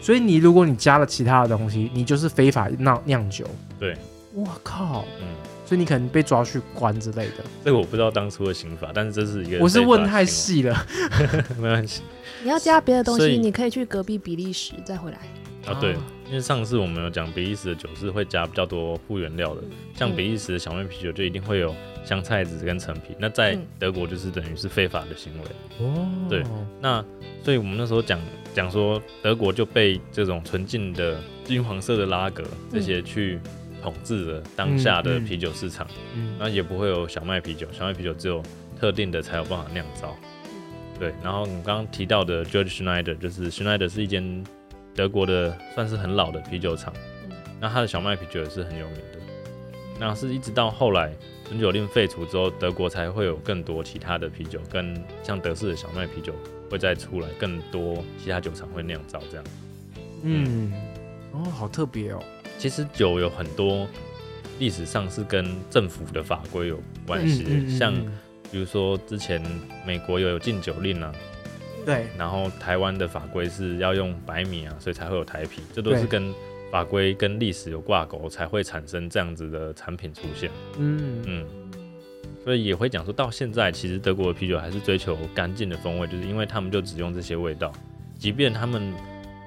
Speaker 2: 所以你如果你加了其他的东西，你就是非法酿酿酒。
Speaker 1: 对，
Speaker 2: 我靠！
Speaker 1: 嗯，
Speaker 2: 所以你可能被抓去关之类的。
Speaker 1: 这个我不知道当初的刑法，但是这是一个
Speaker 2: 我是
Speaker 1: 非法
Speaker 2: 问
Speaker 1: 的
Speaker 2: 太
Speaker 1: 行
Speaker 2: 细了
Speaker 1: 为， 没关系
Speaker 3: 你要加别的东
Speaker 1: 所以
Speaker 3: 西，你可以去隔壁比利时再回来。
Speaker 1: 啊。对，因为上次我们有讲比利时的酒是会加比较多复原料的，像比利时的小麦啤酒就一定会有香菜籽跟陈皮，那在
Speaker 3: 嗯
Speaker 1: 德国就是等于是非法的行为。
Speaker 2: 哦，
Speaker 1: 对那所以我们那时候讲讲说，德国就被这种纯净的金黄色的拉格这些去统治了当下的啤酒市场，
Speaker 2: 嗯，
Speaker 1: 那、也不会有小麦啤酒，小麦啤酒只有特定的才有办法酿造。对，然后我们刚刚提到的 George Schneider，就是 Schneider 是一间德国的算是很老的啤酒厂，那它的小麦啤酒也是很有名的。那是一直到后来存酒令废除之后，德国才会有更多其他的啤酒，跟像德式的小麦啤酒会再出来，更多其他酒厂会酿造这样。
Speaker 2: 嗯，哦，好特别哦。
Speaker 1: 其实酒有很多历史上是跟政府的法规有关系的，
Speaker 2: 嗯嗯嗯
Speaker 1: 像
Speaker 2: 嗯
Speaker 1: 比如说之前美国有禁酒令啊，
Speaker 2: 对，
Speaker 1: 然后台湾的法规是要用白米啊，所以才会有台啤，这都是
Speaker 2: 对
Speaker 1: 跟法规跟历史有挂钩，才会产生这样子的产品出现。
Speaker 2: 嗯，
Speaker 1: 嗯，所以也会讲说，到现在其实德国的啤酒还是追求干净的风味，就是因为他们就只用这些味道，即便他们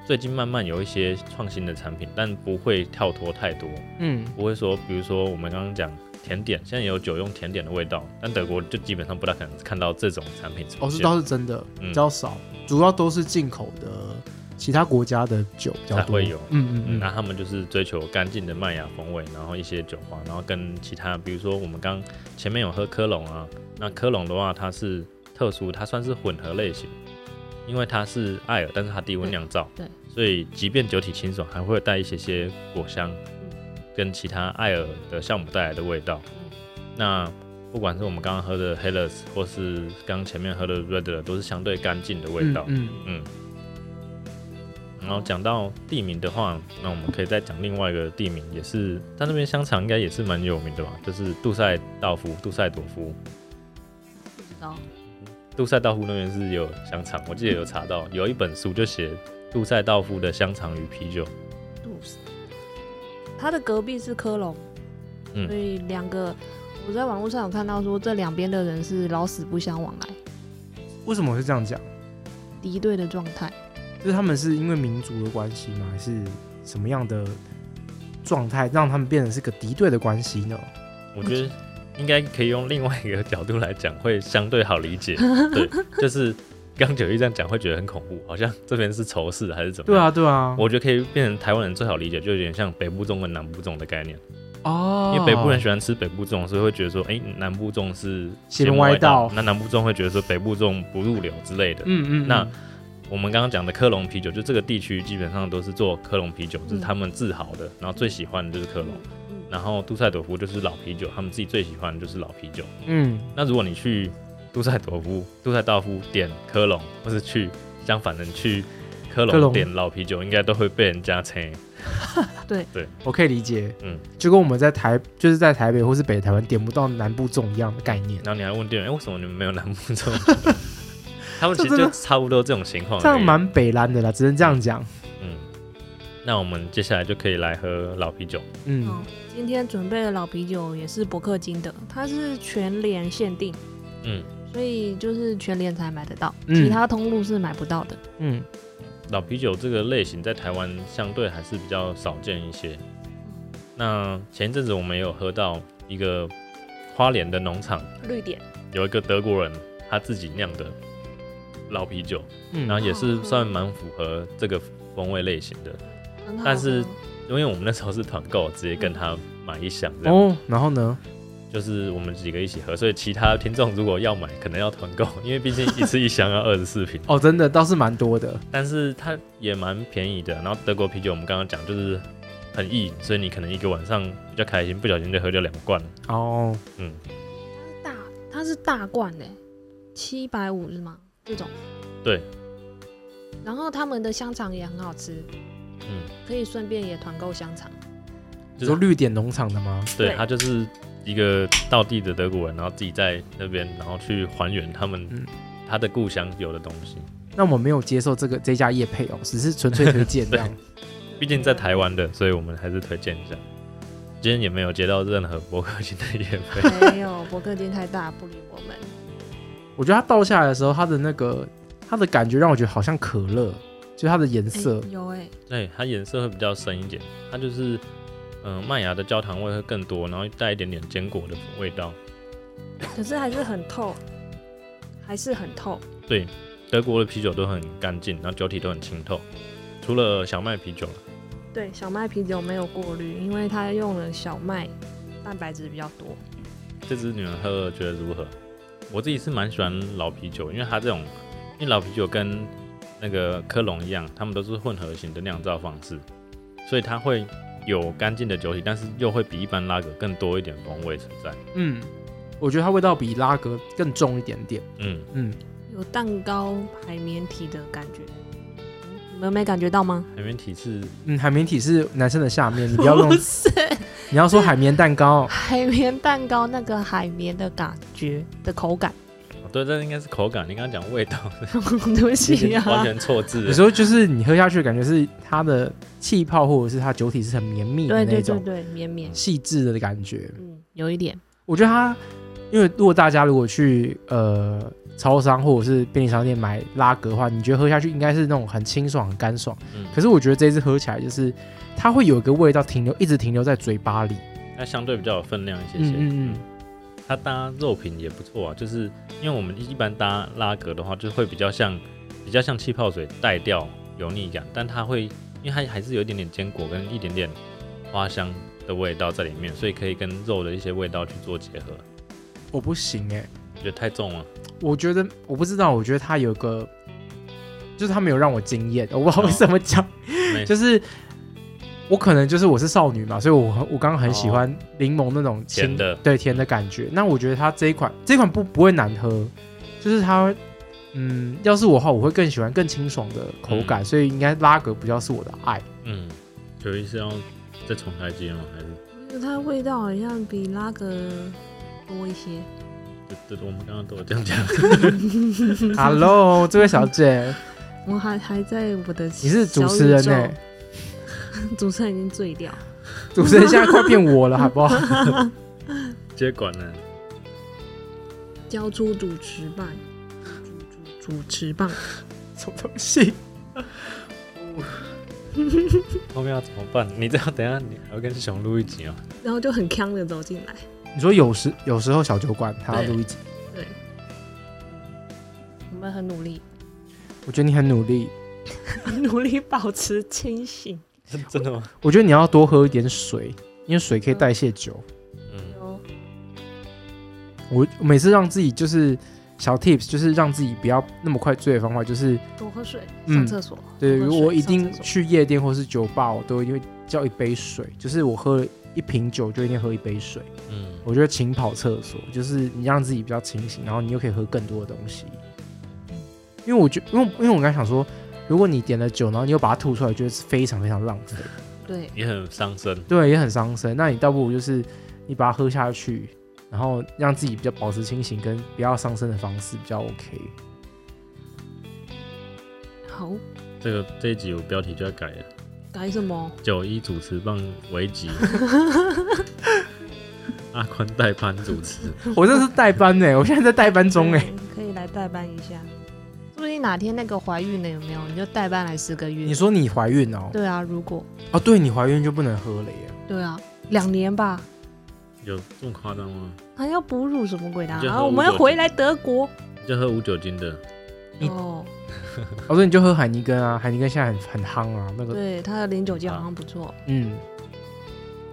Speaker 1: 最近慢慢有一些创新的产品，但不会跳脱太多，
Speaker 2: 嗯，
Speaker 1: 不会说，比如说我们刚刚讲甜点，现在有酒用甜点的味道，但德国就基本上不大可能看到这种产品出
Speaker 2: 哦，这
Speaker 1: 现，
Speaker 2: 倒是真的，
Speaker 1: 嗯
Speaker 2: 比较少，主要都是进口的其他国家的酒比较
Speaker 1: 才
Speaker 2: 多。
Speaker 1: 会有
Speaker 2: 嗯
Speaker 1: 嗯，
Speaker 2: 嗯
Speaker 1: 那
Speaker 2: 嗯，
Speaker 1: 他们就是追求干净的麦芽风味，然后一些酒花，然后跟其他，比如说我们刚前面有喝科隆啊，那科隆的话它是特殊，它算是混合类型，因为它是艾尔，但是它低温酿造，
Speaker 3: 对
Speaker 1: 所以即便酒体清爽，还会带一些些果香，跟其他艾尔的酵母带来的味道。
Speaker 2: 嗯
Speaker 1: 那不管是我们刚刚喝的 Helles 或是刚前面喝的 Red，都是相对干净的味道。
Speaker 2: 嗯，
Speaker 1: 然后讲到地名的话，那我们可以再讲另外一个地名，也是他那边香肠应该也是蛮有名的吧，就是杜塞道夫、杜塞朵夫、
Speaker 3: 不知道，
Speaker 1: 杜塞道夫那边是有香肠，我记得有查到，有一本书就写杜塞道夫的香肠与啤酒，
Speaker 3: 杜斯，它的隔壁是科隆，
Speaker 1: 嗯
Speaker 3: 所以两个我在网络上有看到说，这两边的人是老死不相往来，
Speaker 2: 为什么会这样讲？
Speaker 3: 敌对的状态。
Speaker 2: 就是他们是因为民族的关系吗？还是什么样的状态让他们变成是个敌对的关系呢？
Speaker 1: 我觉
Speaker 2: 嗯
Speaker 1: 得应该可以用另外一个角度来讲，会相对好理 解。对，就是刚九一这样讲会觉得很恐怖，好像这边是仇视还是怎么
Speaker 2: 对
Speaker 1: 样？
Speaker 2: 啊，对啊，
Speaker 1: 我觉得可以变成台湾人最好理解，就有点像北部粽跟南部粽的概念。
Speaker 2: 哦，
Speaker 1: 因为北部人喜欢吃北部粽，所以会觉得说，哎、南部粽是
Speaker 2: 邪
Speaker 1: 门
Speaker 2: 门歪
Speaker 1: 道
Speaker 2: 道，
Speaker 1: 那南部粽会觉得说北部粽不入流之类的。
Speaker 2: 嗯，嗯嗯，
Speaker 1: 那我们刚刚讲的科隆啤酒，就这个地区基本上都是做科隆啤酒，这、
Speaker 2: 嗯
Speaker 1: 是他们自豪的，然后最喜欢的就是科隆。然后杜塞朵夫就是老啤酒，他们自己最喜欢的就是老啤酒。
Speaker 2: 嗯，
Speaker 1: 那如果你去杜塞朵夫、杜塞道夫点科隆，或是去相反的你去科
Speaker 2: 科
Speaker 1: 隆
Speaker 2: 隆
Speaker 1: 点老啤酒，应该都会被人家称。
Speaker 2: 我可以理解，
Speaker 1: 嗯
Speaker 2: 嗯，就跟我们在台就是在台北或是北台湾点不到南部粽一样的概念，
Speaker 1: 然后你还问店员，哎、为什么你们没有南部 粽？他们其实
Speaker 2: 这真
Speaker 1: 就
Speaker 2: 的
Speaker 1: 差不多这种情况而已。
Speaker 2: 这样蛮北蓝的啦，只能这样讲，
Speaker 1: 嗯。那我们接下来就可以来喝老啤酒，
Speaker 2: 嗯
Speaker 3: 嗯，今天准备的老啤酒也是伯克金的，它是全联限定，
Speaker 1: 嗯，
Speaker 3: 所以就是全联才买得到，
Speaker 2: 嗯
Speaker 3: 其他通路是买不到的。
Speaker 2: 嗯，
Speaker 1: 老啤酒这个类型在台湾相对还是比较少见一些。那前一阵子我们也有喝到一个花莲的农场
Speaker 3: 绿点，
Speaker 1: 有一个德国人他自己酿的老啤酒，
Speaker 2: 嗯
Speaker 1: 然后也是
Speaker 3: 哦
Speaker 1: 算蛮符合这个风味类型的，
Speaker 3: 很好喝
Speaker 1: 但是因为我们那时候是团购，直接跟他买一箱这样。
Speaker 2: 哦，然后呢？
Speaker 1: 就是我们几个一起喝，所以其他听众如果要买，可能要团购，因为毕竟一次一箱要二十四瓶，
Speaker 2: 哦，真的倒是蛮多的，
Speaker 1: 但是它也蛮便宜的。然后德国啤酒我们刚刚讲就是很易饮，所以你可能一个晚上比较开心，不小心就喝掉两罐了。
Speaker 2: 哦，
Speaker 1: 嗯，
Speaker 3: 大，它是大罐的，七百五是吗？这种。
Speaker 1: 对。
Speaker 3: 然后他们的香肠也很好吃，
Speaker 1: 嗯，
Speaker 3: 可以顺便也团购香肠。
Speaker 1: 就是
Speaker 2: 说绿点农场的吗？
Speaker 1: 对
Speaker 3: 对
Speaker 1: 他就是一个道地的德国人，然后自己在那边，然后去还原他们、
Speaker 2: 嗯
Speaker 1: 他的故乡有的东西。
Speaker 2: 那我们没有接受这个这家业配哦，只是纯粹推荐这 样。
Speaker 1: 毕竟在台湾的，所以我们还是推荐一下。今天也没有接到任何博客型的业配，
Speaker 3: 没有，伯克金太大不理我 们。
Speaker 2: 我觉得它倒下来的时候，它的那个它的感觉让我觉得好像可乐，就它的颜
Speaker 3: 哎
Speaker 2: 色，
Speaker 3: 有哎，
Speaker 1: 对，它颜色会比较深一点，它就是嗯、呃麦芽的焦糖味会更多，然后带一点点坚果的味道。
Speaker 3: 可是还是很透，还是很透。
Speaker 1: 对，德国的啤酒都很干净，然后酒体都很清透，除了小麦啤酒啦
Speaker 3: 对，小麦啤酒没有过滤，因为它用了小麦，蛋白质比较多。
Speaker 1: 这支你们喝了觉得如何？我自己是蛮喜欢老啤酒，因为它这种，因为老啤酒跟那个科隆一样，他们都是混合型的酿造方式，所以它会有干净的酒体，但是又会比一般拉格更多一点风味存在。
Speaker 2: 嗯，我觉得它味道比拉格更重一点点，
Speaker 1: 嗯，
Speaker 2: 嗯，
Speaker 3: 有蛋糕海绵体的感觉，你们没感觉到 吗？
Speaker 1: 海绵体是
Speaker 2: 嗯，海绵体是男生的下 面，你不要用，
Speaker 3: 是
Speaker 2: 你要说海绵蛋糕，
Speaker 3: 海绵蛋糕那个海绵的感觉的口感，
Speaker 1: 哦对，这应该是口感。你刚刚讲味道，
Speaker 3: 对不起
Speaker 1: 完
Speaker 3: 啊，
Speaker 1: 全错字
Speaker 2: 有
Speaker 1: 了。
Speaker 2: 时候就是你喝下去感觉是它的气泡或者是它酒体是很绵密的
Speaker 3: 对
Speaker 2: 那
Speaker 3: 对对
Speaker 2: 种
Speaker 3: 对，绵绵，
Speaker 2: 细致的感觉。
Speaker 3: 嗯，有一点，
Speaker 2: 我觉得它，因为如果大家如果去呃超商或者是便利商店买拉格的话，你觉得喝下去应该是那种很清爽、很干爽。
Speaker 1: 嗯，
Speaker 2: 可是我觉得这一支喝起来就是它会有一个味道停留，一直停留在嘴巴里。
Speaker 1: 它相对比较有分量一些些。
Speaker 2: 嗯嗯嗯，
Speaker 1: 它搭肉品也不错啊，就是因为我们一般搭拉格的话，就会比较像比较像气泡水带掉油腻感，但它会因为它还是有一点点坚果跟一点点花香的味道在里面，所以可以跟肉的一些味道去做结合。
Speaker 2: 我不行哎、
Speaker 1: 我觉得太重了，
Speaker 2: 我觉得我不知道，我觉得它有个，就是它没有让我惊艳，我不知道为什么讲，
Speaker 1: 没
Speaker 2: 就是。我可能就是我是少女嘛，所以我很我刚刚很喜欢柠檬那种清
Speaker 1: 甜的
Speaker 2: 对甜的感觉。那我觉得它这一款这一款不不会难喝，就是它嗯，要是我的话，我会更喜欢更清爽的口感，所以应该拉格比较是我的爱。
Speaker 1: 嗯，有意思要再重开机吗？还是
Speaker 3: 它的味道好像比拉格多一些，
Speaker 1: 这这我们刚刚都有这样讲，
Speaker 2: Hello，这位小姐，
Speaker 3: 我还还在我的
Speaker 2: 你是主持人呢、欸
Speaker 3: 主持人已经醉掉，
Speaker 2: 主持人现在快变我了，好不 好？
Speaker 1: 接管呢？
Speaker 3: 交出主持棒，主主主持棒，
Speaker 2: 什么东西？
Speaker 1: 后面要怎么办？你这样等一下你还要跟熊录一集哦。
Speaker 3: 然后就很呛的走进来，
Speaker 2: 你说有时有时候小酒馆他要
Speaker 3: 对
Speaker 2: 录一集，
Speaker 3: 对，我们很努力，
Speaker 2: 我觉得你很努力，
Speaker 3: 努力保持清醒。
Speaker 1: 是真的吗？
Speaker 2: 我觉得你要多喝一点水，因为水可以代谢酒。
Speaker 1: 嗯，
Speaker 2: 我我每次让自己就是小 tips，就是让自己不要那么快醉的方法，就是
Speaker 3: 多喝水，
Speaker 2: 嗯
Speaker 3: 上厕所。
Speaker 2: 对
Speaker 3: 多喝水
Speaker 2: 我一
Speaker 3: 上
Speaker 2: 定
Speaker 3: 厕所
Speaker 2: 去夜店或是酒吧，我都一定会叫一杯水，就是我喝一瓶酒就一定喝一杯水。
Speaker 1: 嗯，
Speaker 2: 我觉得勤跑厕所，就是你让自己比较清醒，然后你又可以喝更多的东西。因为我觉，因为因为我刚才想说，如果你点了酒，然后你又把它吐出来，我觉得是非常非常浪费，
Speaker 3: 对，
Speaker 1: 也很伤身。
Speaker 2: 对，也很伤身。那你倒不如就是你把它喝下去，然后让自己比较保持清醒，跟不要伤身的方式比较 OK。
Speaker 3: 好，
Speaker 1: 这个这一集我标题就要改了。
Speaker 3: 改什么？
Speaker 1: 九一主持棒为 吉，阿宽代班主持，
Speaker 2: 我这是代班呢、我现在在代班中哎、
Speaker 3: 对可以来代班一下。欸说不定哪天那个怀孕了有没有？你就代班来四个月。
Speaker 2: 你说你怀孕哦？
Speaker 3: 对啊，如果
Speaker 2: 哦，对你怀孕就不能喝了耶。
Speaker 3: 对啊，两年吧，
Speaker 1: 有这么夸张吗？
Speaker 3: 还要哺乳什么鬼的啊？
Speaker 1: 你就喝
Speaker 3: 然后我们要
Speaker 1: 五九
Speaker 3: 回来德国
Speaker 1: 就喝无酒精的，
Speaker 2: 你
Speaker 3: 哦。
Speaker 2: 我说你就喝海尼根啊，海尼根现在很很夯啊，那个
Speaker 3: 对，它的
Speaker 1: 啊
Speaker 3: 零酒精好像不错。
Speaker 2: 嗯，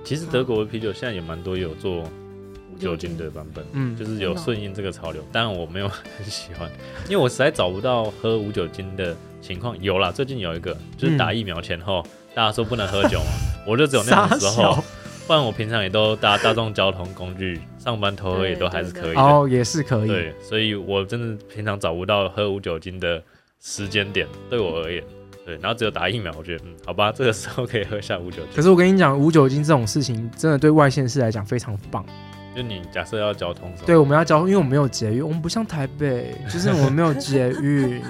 Speaker 1: 其实德国的啤酒现在也蛮多有做
Speaker 3: 无
Speaker 1: 酒精的版本，
Speaker 2: 嗯，
Speaker 1: 就是有
Speaker 3: 真的哦
Speaker 1: 顺应这个潮流，但我没有很喜欢，因为我实在找不到喝无酒精的情况。有啦，最近有一个
Speaker 2: 嗯
Speaker 1: 就是打疫苗前后，大家说不能喝酒嘛，我就只有那种时
Speaker 2: 傻
Speaker 1: 候
Speaker 2: 小，
Speaker 1: 不然我平常也都搭大众交通工具上班偷喝也都
Speaker 3: 对
Speaker 1: 还是可以的。
Speaker 2: 哦，也是可以。
Speaker 1: 对，所以我真的平常找不到喝无酒精的时间点，对我而言，对，然后只有打疫苗，我觉得嗯，好吧，这个时候可以喝下无酒精。
Speaker 2: 可是我跟你讲，无酒精这种事情，真的对外县市来讲非常棒。
Speaker 1: 就你假设要交通什么，
Speaker 2: 对，我们要交，因为我们没有捷运，我们不像台北， 就是我们没有捷运，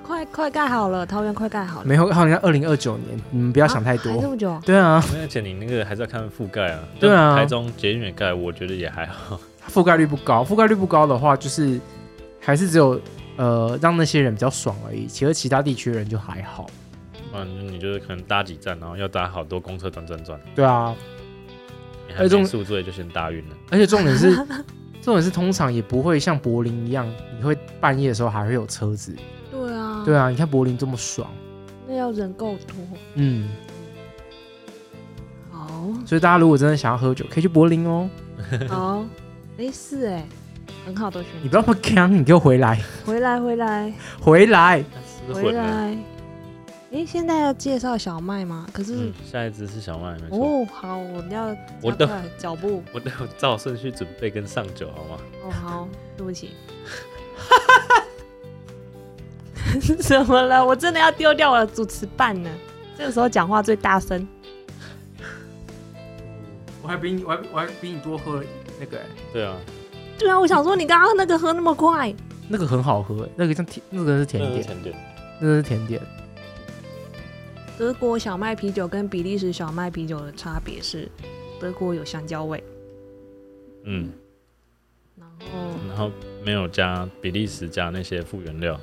Speaker 3: 快快盖好了，桃园快盖好了，
Speaker 2: 没有，好像二零二九年，你们不
Speaker 3: 不
Speaker 2: 要想太
Speaker 3: 啊还这
Speaker 2: 多。
Speaker 3: 么久，
Speaker 2: 对啊，
Speaker 1: 而且你那个还是要看覆盖啊。
Speaker 2: 对啊
Speaker 1: 像台中捷运也盖，我觉得也还好。
Speaker 2: 覆盖率不高，覆盖率不高的话，就是还是只有呃让那些人比较爽而已，其实其他地区的人就还好。
Speaker 1: 嗯，你就是可能搭几站，然后要搭好多公车转转转，
Speaker 2: 对啊，
Speaker 1: 你
Speaker 2: 哎
Speaker 1: 还
Speaker 2: 这种
Speaker 1: 没宿醉就先搭晕了。
Speaker 2: 而且重点 是，重点是通常也不会像柏林一样，你会半夜的时候还会有车子。
Speaker 1: 嗯
Speaker 3: 对啊，
Speaker 2: 对，啊，你看柏林这么爽，
Speaker 3: 那要人够多。
Speaker 2: 嗯，
Speaker 3: 好
Speaker 2: 所以大家如果真的想要喝酒，可以去柏林哦。
Speaker 3: 好，哎是哎，很好的选
Speaker 2: 你
Speaker 3: 择。
Speaker 2: 不要那么强，你给我回来，
Speaker 3: 回来回来
Speaker 2: 回来！
Speaker 1: 失
Speaker 3: 回
Speaker 1: 魂了。
Speaker 3: 来。哎，现在要介绍小麦吗？可是
Speaker 1: 嗯，下一支是小麦，没错。
Speaker 3: 哦，好，我要
Speaker 1: 我
Speaker 3: 加
Speaker 1: 的
Speaker 3: 快脚步。
Speaker 1: 我都有照顺序准备跟上酒，好吗？
Speaker 3: 哦，好，对不起。 怎么了？我真的要丢掉我的主持棒呢？这个时候讲话最大声。
Speaker 2: 我还比你，我还我还比你多喝了那个、欸
Speaker 1: 对啊，
Speaker 3: 对啊，我想说你刚刚那个喝那么快，
Speaker 2: 那个很好喝、那个像甜，那个是甜
Speaker 1: 那是
Speaker 2: 点，
Speaker 1: 甜点。
Speaker 2: 那个是甜点。
Speaker 3: 德国小麦啤酒跟比利时小麦啤酒的差别是，德国有香蕉味，
Speaker 1: 嗯，
Speaker 3: 然后、
Speaker 1: 然后没有加比利时加那些复原料。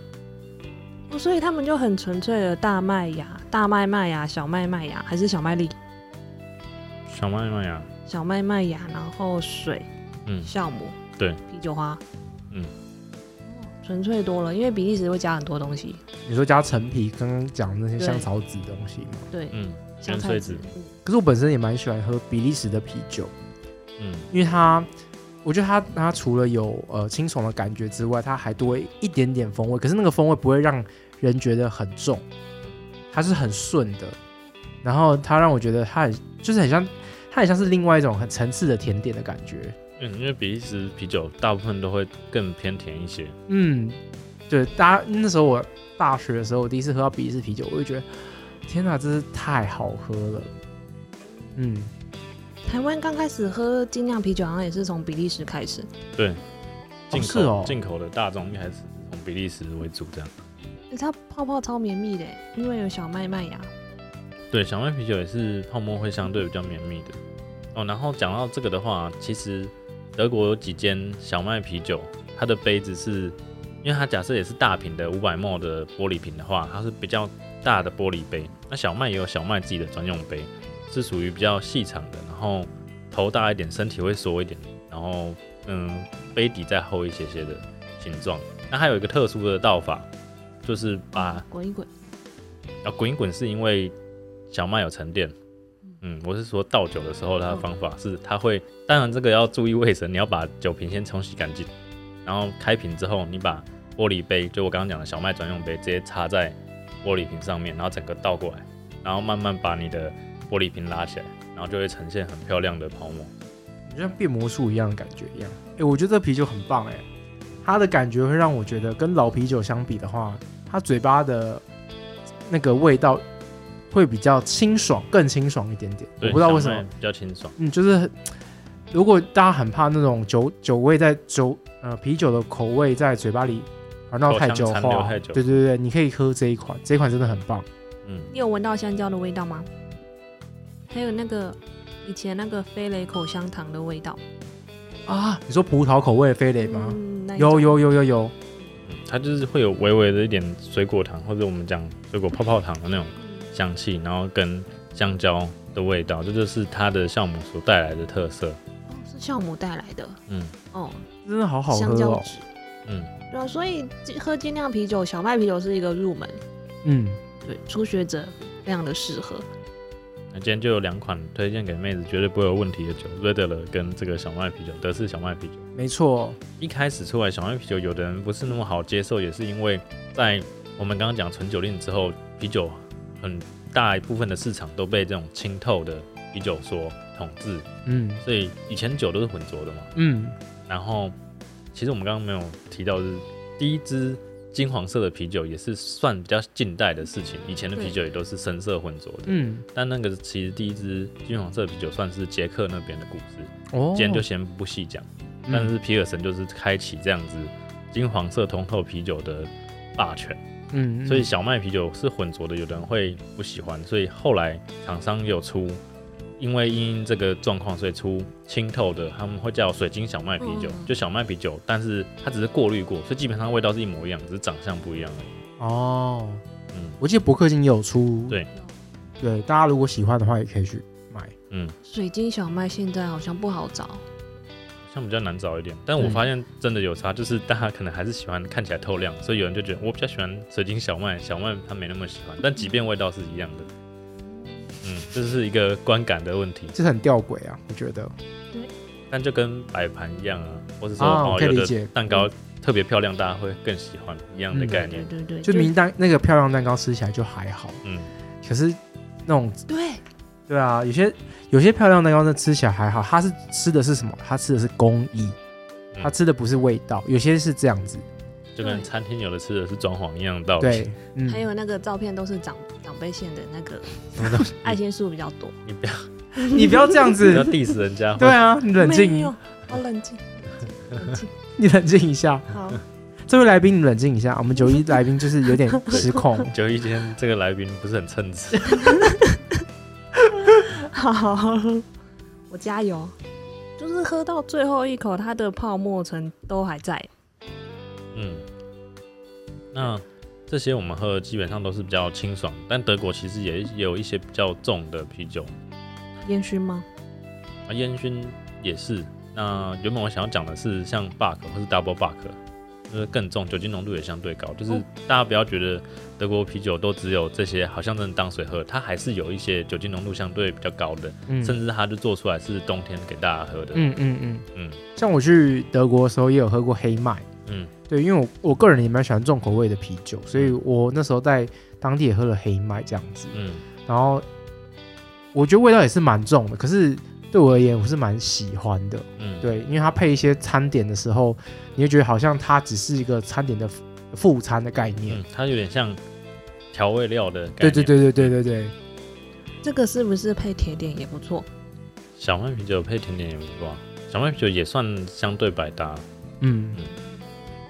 Speaker 3: 哦所以他们就很纯粹的大麦芽、大麦麦芽、小麦麦芽还是小麦粒、
Speaker 1: 小麦麦芽，
Speaker 3: 小麦麦芽，然后水、
Speaker 1: 嗯，
Speaker 3: 酵母，
Speaker 1: 对，
Speaker 3: 啤酒花，
Speaker 1: 嗯
Speaker 3: 哦，纯粹多了，因为比利时会加很多东西，
Speaker 2: 你说加陈皮，刚刚讲的那些
Speaker 3: 对
Speaker 2: 香草籽的东西嘛。
Speaker 3: 对，
Speaker 1: 嗯
Speaker 3: 香
Speaker 1: 原
Speaker 3: 菜
Speaker 1: 萃
Speaker 3: 籽
Speaker 1: 子，
Speaker 3: 嗯
Speaker 2: 可是我本身也蛮喜欢喝比利时的啤酒，
Speaker 1: 嗯，
Speaker 2: 因为它，我觉得它它除了有呃清爽的感觉之外，它还多一点点风味。可是那个风味不会让人觉得很重，它是很顺的。然后它让我觉得它很就是很像，它很像是另外一种很层次的甜点的感觉。
Speaker 1: 嗯，因为比利时啤酒大部分都会更偏甜一些。
Speaker 2: 嗯，对，大家那时候我大学的时候，我第一次喝到比利时啤酒，我就觉得天哪，真是太好喝了。嗯，
Speaker 3: 台湾刚开始喝精酿啤酒好像也是从比利时开始，
Speaker 1: 对，进
Speaker 2: 是
Speaker 1: 口、
Speaker 2: 哦
Speaker 1: 进口的大众一开始是从比利时为主这样。
Speaker 3: 欸它泡泡超绵密的，欸因为有小麦麦芽，
Speaker 1: 对，小麦啤酒也是泡沫会相对比较绵密的。哦，然后讲到这个的话，其实德国有几间小麦啤酒，它的杯子是，因为它假设也是大瓶的五百 ml 的玻璃瓶的话，它是比较大的玻璃杯。那小麦也有小麦自己的专用杯，是属于比较细长的，然后头大一点，身体会缩一点，然后嗯，杯底再厚一些些的形状。那还有一个特殊的倒法，就是把
Speaker 3: 滚一滚，
Speaker 1: 啊，滚一滚是因为小麦有沉淀。嗯，我是说倒酒的时候，它的方法
Speaker 2: 嗯
Speaker 1: 是它会，当然这个要注意卫生，你要把酒瓶先冲洗干净，然后开瓶之后，你把玻璃杯，就我刚刚讲的小麦专用杯，直接插在玻璃瓶上面，然后整个倒过来，然后慢慢把你的玻璃瓶拉起来，然后就会呈现很漂亮的泡沫。
Speaker 2: 就像变魔术一样的感觉一样。哎、我觉得这啤酒很棒哎、它的感觉会让我觉得跟老啤酒相比的话，它嘴巴的那个味道会比较清爽，更清爽一点点。我
Speaker 1: 对，
Speaker 2: 不知道为什
Speaker 1: 小麦
Speaker 2: 么，
Speaker 1: 比较清爽。
Speaker 2: 嗯，就是很如果大家很怕那种酒酒味在酒呃啤酒的口味在嘴巴里玩到太久
Speaker 1: 口腔
Speaker 2: 的
Speaker 1: 残留
Speaker 2: 话，
Speaker 1: 太久
Speaker 2: 对对对，你可以喝这一款，这一款真的很棒。
Speaker 1: 嗯，
Speaker 3: 你有闻到香蕉的味道吗？还有那个以前那个飞雷口香糖的味道，
Speaker 2: 啊，你说葡萄口味的飞雷吗？
Speaker 3: 嗯，那一
Speaker 2: 有
Speaker 3: 种
Speaker 2: 有有有有，
Speaker 1: 嗯它就是会有微微的一点水果糖，或者我们讲水果泡泡糖的那种香气，然后跟香蕉的味道，这就是它的酵母所带来的特色。
Speaker 3: 哦是酵母带来的
Speaker 1: 嗯
Speaker 3: 哦，
Speaker 2: 真的好好喝
Speaker 3: 香蕉
Speaker 2: 哦。
Speaker 3: 汁。
Speaker 1: 嗯，
Speaker 3: 对啊，所以这喝精酿啤酒、小麦啤酒是一个入门，
Speaker 2: 嗯，
Speaker 3: 对初学者非常的适合。
Speaker 1: 哎、那今天就有两款推荐给妹子绝对不会有问题的酒 r e d l e r 跟这个小麦啤酒，德式小麦啤酒。
Speaker 2: 没错，
Speaker 1: 一开始出来小麦啤酒，有的人不是那么好接受，也是因为在我们刚刚讲纯酒令之后，啤酒很大一部分的市场都被这种清透的啤酒所统治，
Speaker 2: 嗯
Speaker 1: 所以以前酒都是浑浊的嘛。
Speaker 2: 嗯，
Speaker 1: 然后其实我们刚刚没有提到，就是第一支金黄色的啤酒也是算比较近代的事情，以前的啤酒也都是深色浑浊的。
Speaker 2: 嗯，
Speaker 1: 但那个其实第一支金黄色的啤酒算是捷克那边的故事，
Speaker 2: 哦，
Speaker 1: 今天就先不细讲。
Speaker 2: 嗯
Speaker 1: 但是皮尔森就是开启这样子金黄色通透啤酒的霸权，
Speaker 2: 嗯，嗯
Speaker 1: 所以小麦啤酒是浑浊的，有的人会不喜欢，所以后来厂商有出，因为因应这个状况，所以出清透的，他们会叫水晶小麦啤酒，
Speaker 3: 嗯
Speaker 1: 就小麦啤酒，但是它只是过滤过，所以基本上味道是一模一样，只是长相不一样而已。
Speaker 2: 哦，
Speaker 1: 嗯，
Speaker 2: 我记得伯克金也有出，
Speaker 1: 对
Speaker 2: 对，大家如果喜欢的话也可以去买，
Speaker 3: 水晶小麦现在好像不好找，
Speaker 1: 像比较难找一点，但我
Speaker 2: 嗯
Speaker 1: 发现真的有差，就是大家可能还是喜欢看起来透亮，所以有人就觉得我比较喜欢水晶小麦，小麦他没那么喜欢，但即便味道是一样的，嗯，这是一个观感的问题，
Speaker 2: 这是很吊诡啊，我觉得，
Speaker 1: 但就跟摆盘一样啊，或是说
Speaker 2: 啊
Speaker 1: 哦
Speaker 2: 我可以
Speaker 1: 有
Speaker 2: 理解
Speaker 1: 的蛋糕特别漂亮，大家会更喜欢一样的
Speaker 2: 嗯
Speaker 1: 概
Speaker 3: 对
Speaker 1: 念，
Speaker 3: 对对，
Speaker 2: 就明蛋那个漂亮蛋糕吃起来就还好，
Speaker 1: 嗯，
Speaker 2: 可是那种
Speaker 3: 对
Speaker 2: 对啊，有些有些漂亮蛋糕那吃起来还好，它是吃的是什么？它吃的是工艺，
Speaker 1: 嗯
Speaker 2: 它吃的不是味道。有些是这样子，
Speaker 1: 就跟餐厅有的吃的是装潢一样的道理。
Speaker 2: 对，嗯
Speaker 3: 还，有那个照片都是长长辈线的那个
Speaker 1: 什么东西？
Speaker 3: 爱心树比较多，
Speaker 1: 你不要
Speaker 2: 你不要这 样
Speaker 1: 不要
Speaker 2: 子，
Speaker 1: diss 人家，
Speaker 2: 对啊，你冷
Speaker 3: 没
Speaker 2: 静
Speaker 3: 有，，好冷静，冷静，
Speaker 2: 你冷静一下。
Speaker 3: 好，
Speaker 2: 这位来宾，你冷静一下。我们九一来宾就是有点失控，
Speaker 1: 九一今天哎这个来宾不是很称职，
Speaker 3: 好，我加油。就是喝到最后一口，它的泡沫层都还在。
Speaker 1: 嗯，那这些我们喝的基本上都是比较清爽，但德国其实也也有一些比较重的啤酒，
Speaker 3: 烟熏吗？
Speaker 1: 啊，烟熏也是。那原本我想要讲的是像 Buck 或是 Double Buck，就是更重，酒精浓度也相对高。就是
Speaker 3: 哦
Speaker 1: 大家不要觉得德国啤酒都只有这些，好像真的当水喝，它还是有一些酒精浓度相对比较高的，
Speaker 2: 嗯
Speaker 1: 甚至它就做出来是冬天给大家喝的。
Speaker 2: 嗯嗯嗯。
Speaker 1: 嗯
Speaker 2: 像我去德国的时候，也有喝过黑麦，
Speaker 1: 嗯
Speaker 2: 对，因为我我个人也蛮喜欢重口味的啤酒，所以我那时候在当地也喝了黑麦这样子。
Speaker 1: 嗯
Speaker 2: 然后我觉得味道也是蛮重的，可是对我而言我是蛮喜欢的。
Speaker 1: 嗯，
Speaker 2: 对，因为它配一些餐点的时候，你会觉得好像它只是一个餐点的副餐的概念。
Speaker 1: 嗯，它有点像调味料的概念。
Speaker 2: 对对对对对对对，
Speaker 3: 这个是不是配甜点也不错？
Speaker 1: 小麦啤酒配甜点也不错啊，小麦啤酒也算相对百搭。
Speaker 2: 嗯
Speaker 1: 嗯。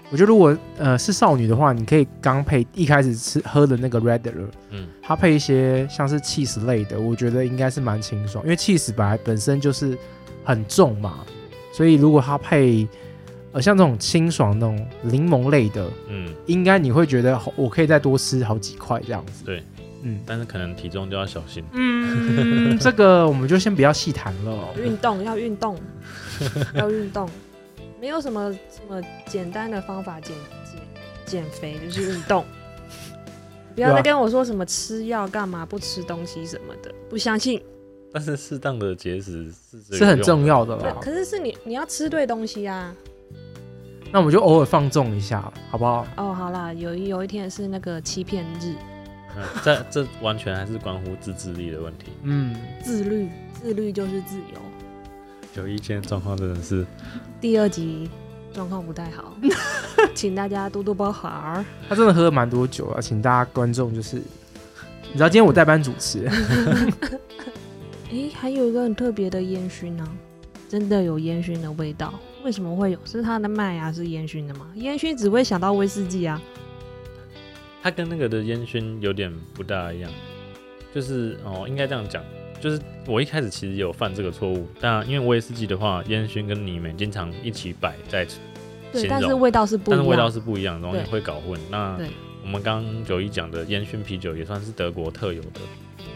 Speaker 2: 我觉得如果呃是少女的话，你可以刚配一开始吃喝的那个 Redler，
Speaker 1: 嗯
Speaker 2: 它配一些像是 cheese 类的，我觉得应该是蛮清爽，因为 cheese 本来本身就是很重嘛，所以如果它配呃像这种清爽那种柠檬类的，
Speaker 1: 嗯，
Speaker 2: 应该你会觉得好我可以再多吃好几块这样 子。
Speaker 1: 对，
Speaker 2: 嗯
Speaker 1: 但是可能体重就要小心。
Speaker 2: 嗯，这个我们就先不要细谈了。
Speaker 3: 运动要运动，要运动，没有什么什么简单的方法减减减肥，就是运动。不要
Speaker 2: 对啊
Speaker 3: 再跟我说什么吃药干嘛不吃东西什么的，不相信。
Speaker 1: 但是适当的节食是最
Speaker 2: 是
Speaker 1: 有用
Speaker 2: 很
Speaker 1: 的
Speaker 2: 重要的啦
Speaker 3: 对，。可是是你你要吃对东西啊。
Speaker 2: 那我们就偶尔放纵一下，好不好？
Speaker 3: 哦，好啦，有一有一天是那个欺骗日，
Speaker 1: 嗯这这完全还是关乎自制力的问题。
Speaker 2: 嗯，
Speaker 3: 自律，自律就是自由。
Speaker 1: 有一天状况真的是，
Speaker 3: 第二集状况不太 好，请大家多多包涵儿。
Speaker 2: 他真的喝了蛮多酒啊，请大家观众就是，你知道今天我代班主 持，
Speaker 3: 诶，还有一个很特别的烟熏呢、真的有烟熏的味道。为什么会有？是它的麦啊，是烟熏的吗？烟熏只会想到威士忌啊。
Speaker 1: 它跟那个的烟熏有点不大一样，就是哦，应该这样讲，就是我一开始其实有犯这个错误，但因为威士忌的话，烟熏跟泥煤经常一起摆在，
Speaker 3: 对，
Speaker 1: 形
Speaker 3: 但是
Speaker 1: 容
Speaker 3: 味道是不一
Speaker 1: 但
Speaker 3: 样。
Speaker 1: 是味道是不一样的，容易
Speaker 3: 对
Speaker 1: 会搞混。那
Speaker 3: 对
Speaker 1: 我们刚刚九一讲的烟熏啤酒也算是德国特有的，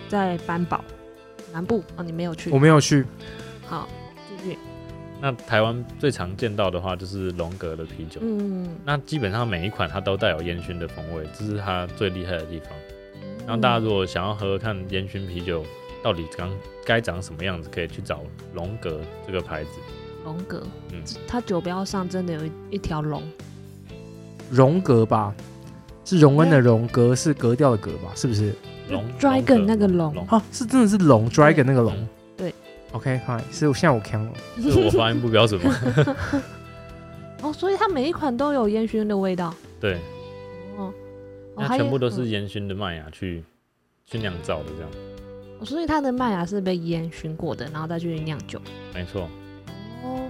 Speaker 3: 在班堡南部哦，你没有去
Speaker 2: 我。没有去，
Speaker 3: 好，继续。
Speaker 1: 那台湾最常见到的话就是龙格的啤酒，
Speaker 3: 嗯，
Speaker 1: 那基本上每一款它都带有烟熏
Speaker 5: 嗯
Speaker 3: 嗯
Speaker 1: 的风味，这是它最厉害的地方。然后大家如果想要喝喝看烟熏啤酒，到底刚该长什么样子，可以去找龙格这个牌子。
Speaker 3: 龙格，
Speaker 1: 嗯
Speaker 3: 它酒标上真的有一一条龙，
Speaker 2: 荣格吧，是荣恩的
Speaker 3: 嗯
Speaker 2: 荣，格是格调的格吧？是不是？
Speaker 1: 龙
Speaker 3: 就 dragon 那个龙
Speaker 1: 龙，
Speaker 2: 啊，是真的是龙，dragon 那个龙
Speaker 1: 嗯。
Speaker 3: 哦对
Speaker 2: ，OK fine，是我现在我扛了。
Speaker 1: 是我发音不标准吗？
Speaker 3: 哦，所以它每一款都有烟熏的味道，
Speaker 1: 对，
Speaker 3: 哦，哦
Speaker 1: 那
Speaker 3: 还有
Speaker 1: 全部都是
Speaker 3: 嗯
Speaker 1: 烟熏的麦芽去去酿造的，这样
Speaker 3: 哦所以它的麦芽是被烟熏过的，然后再去酿酒。
Speaker 1: 没错。
Speaker 3: 哦，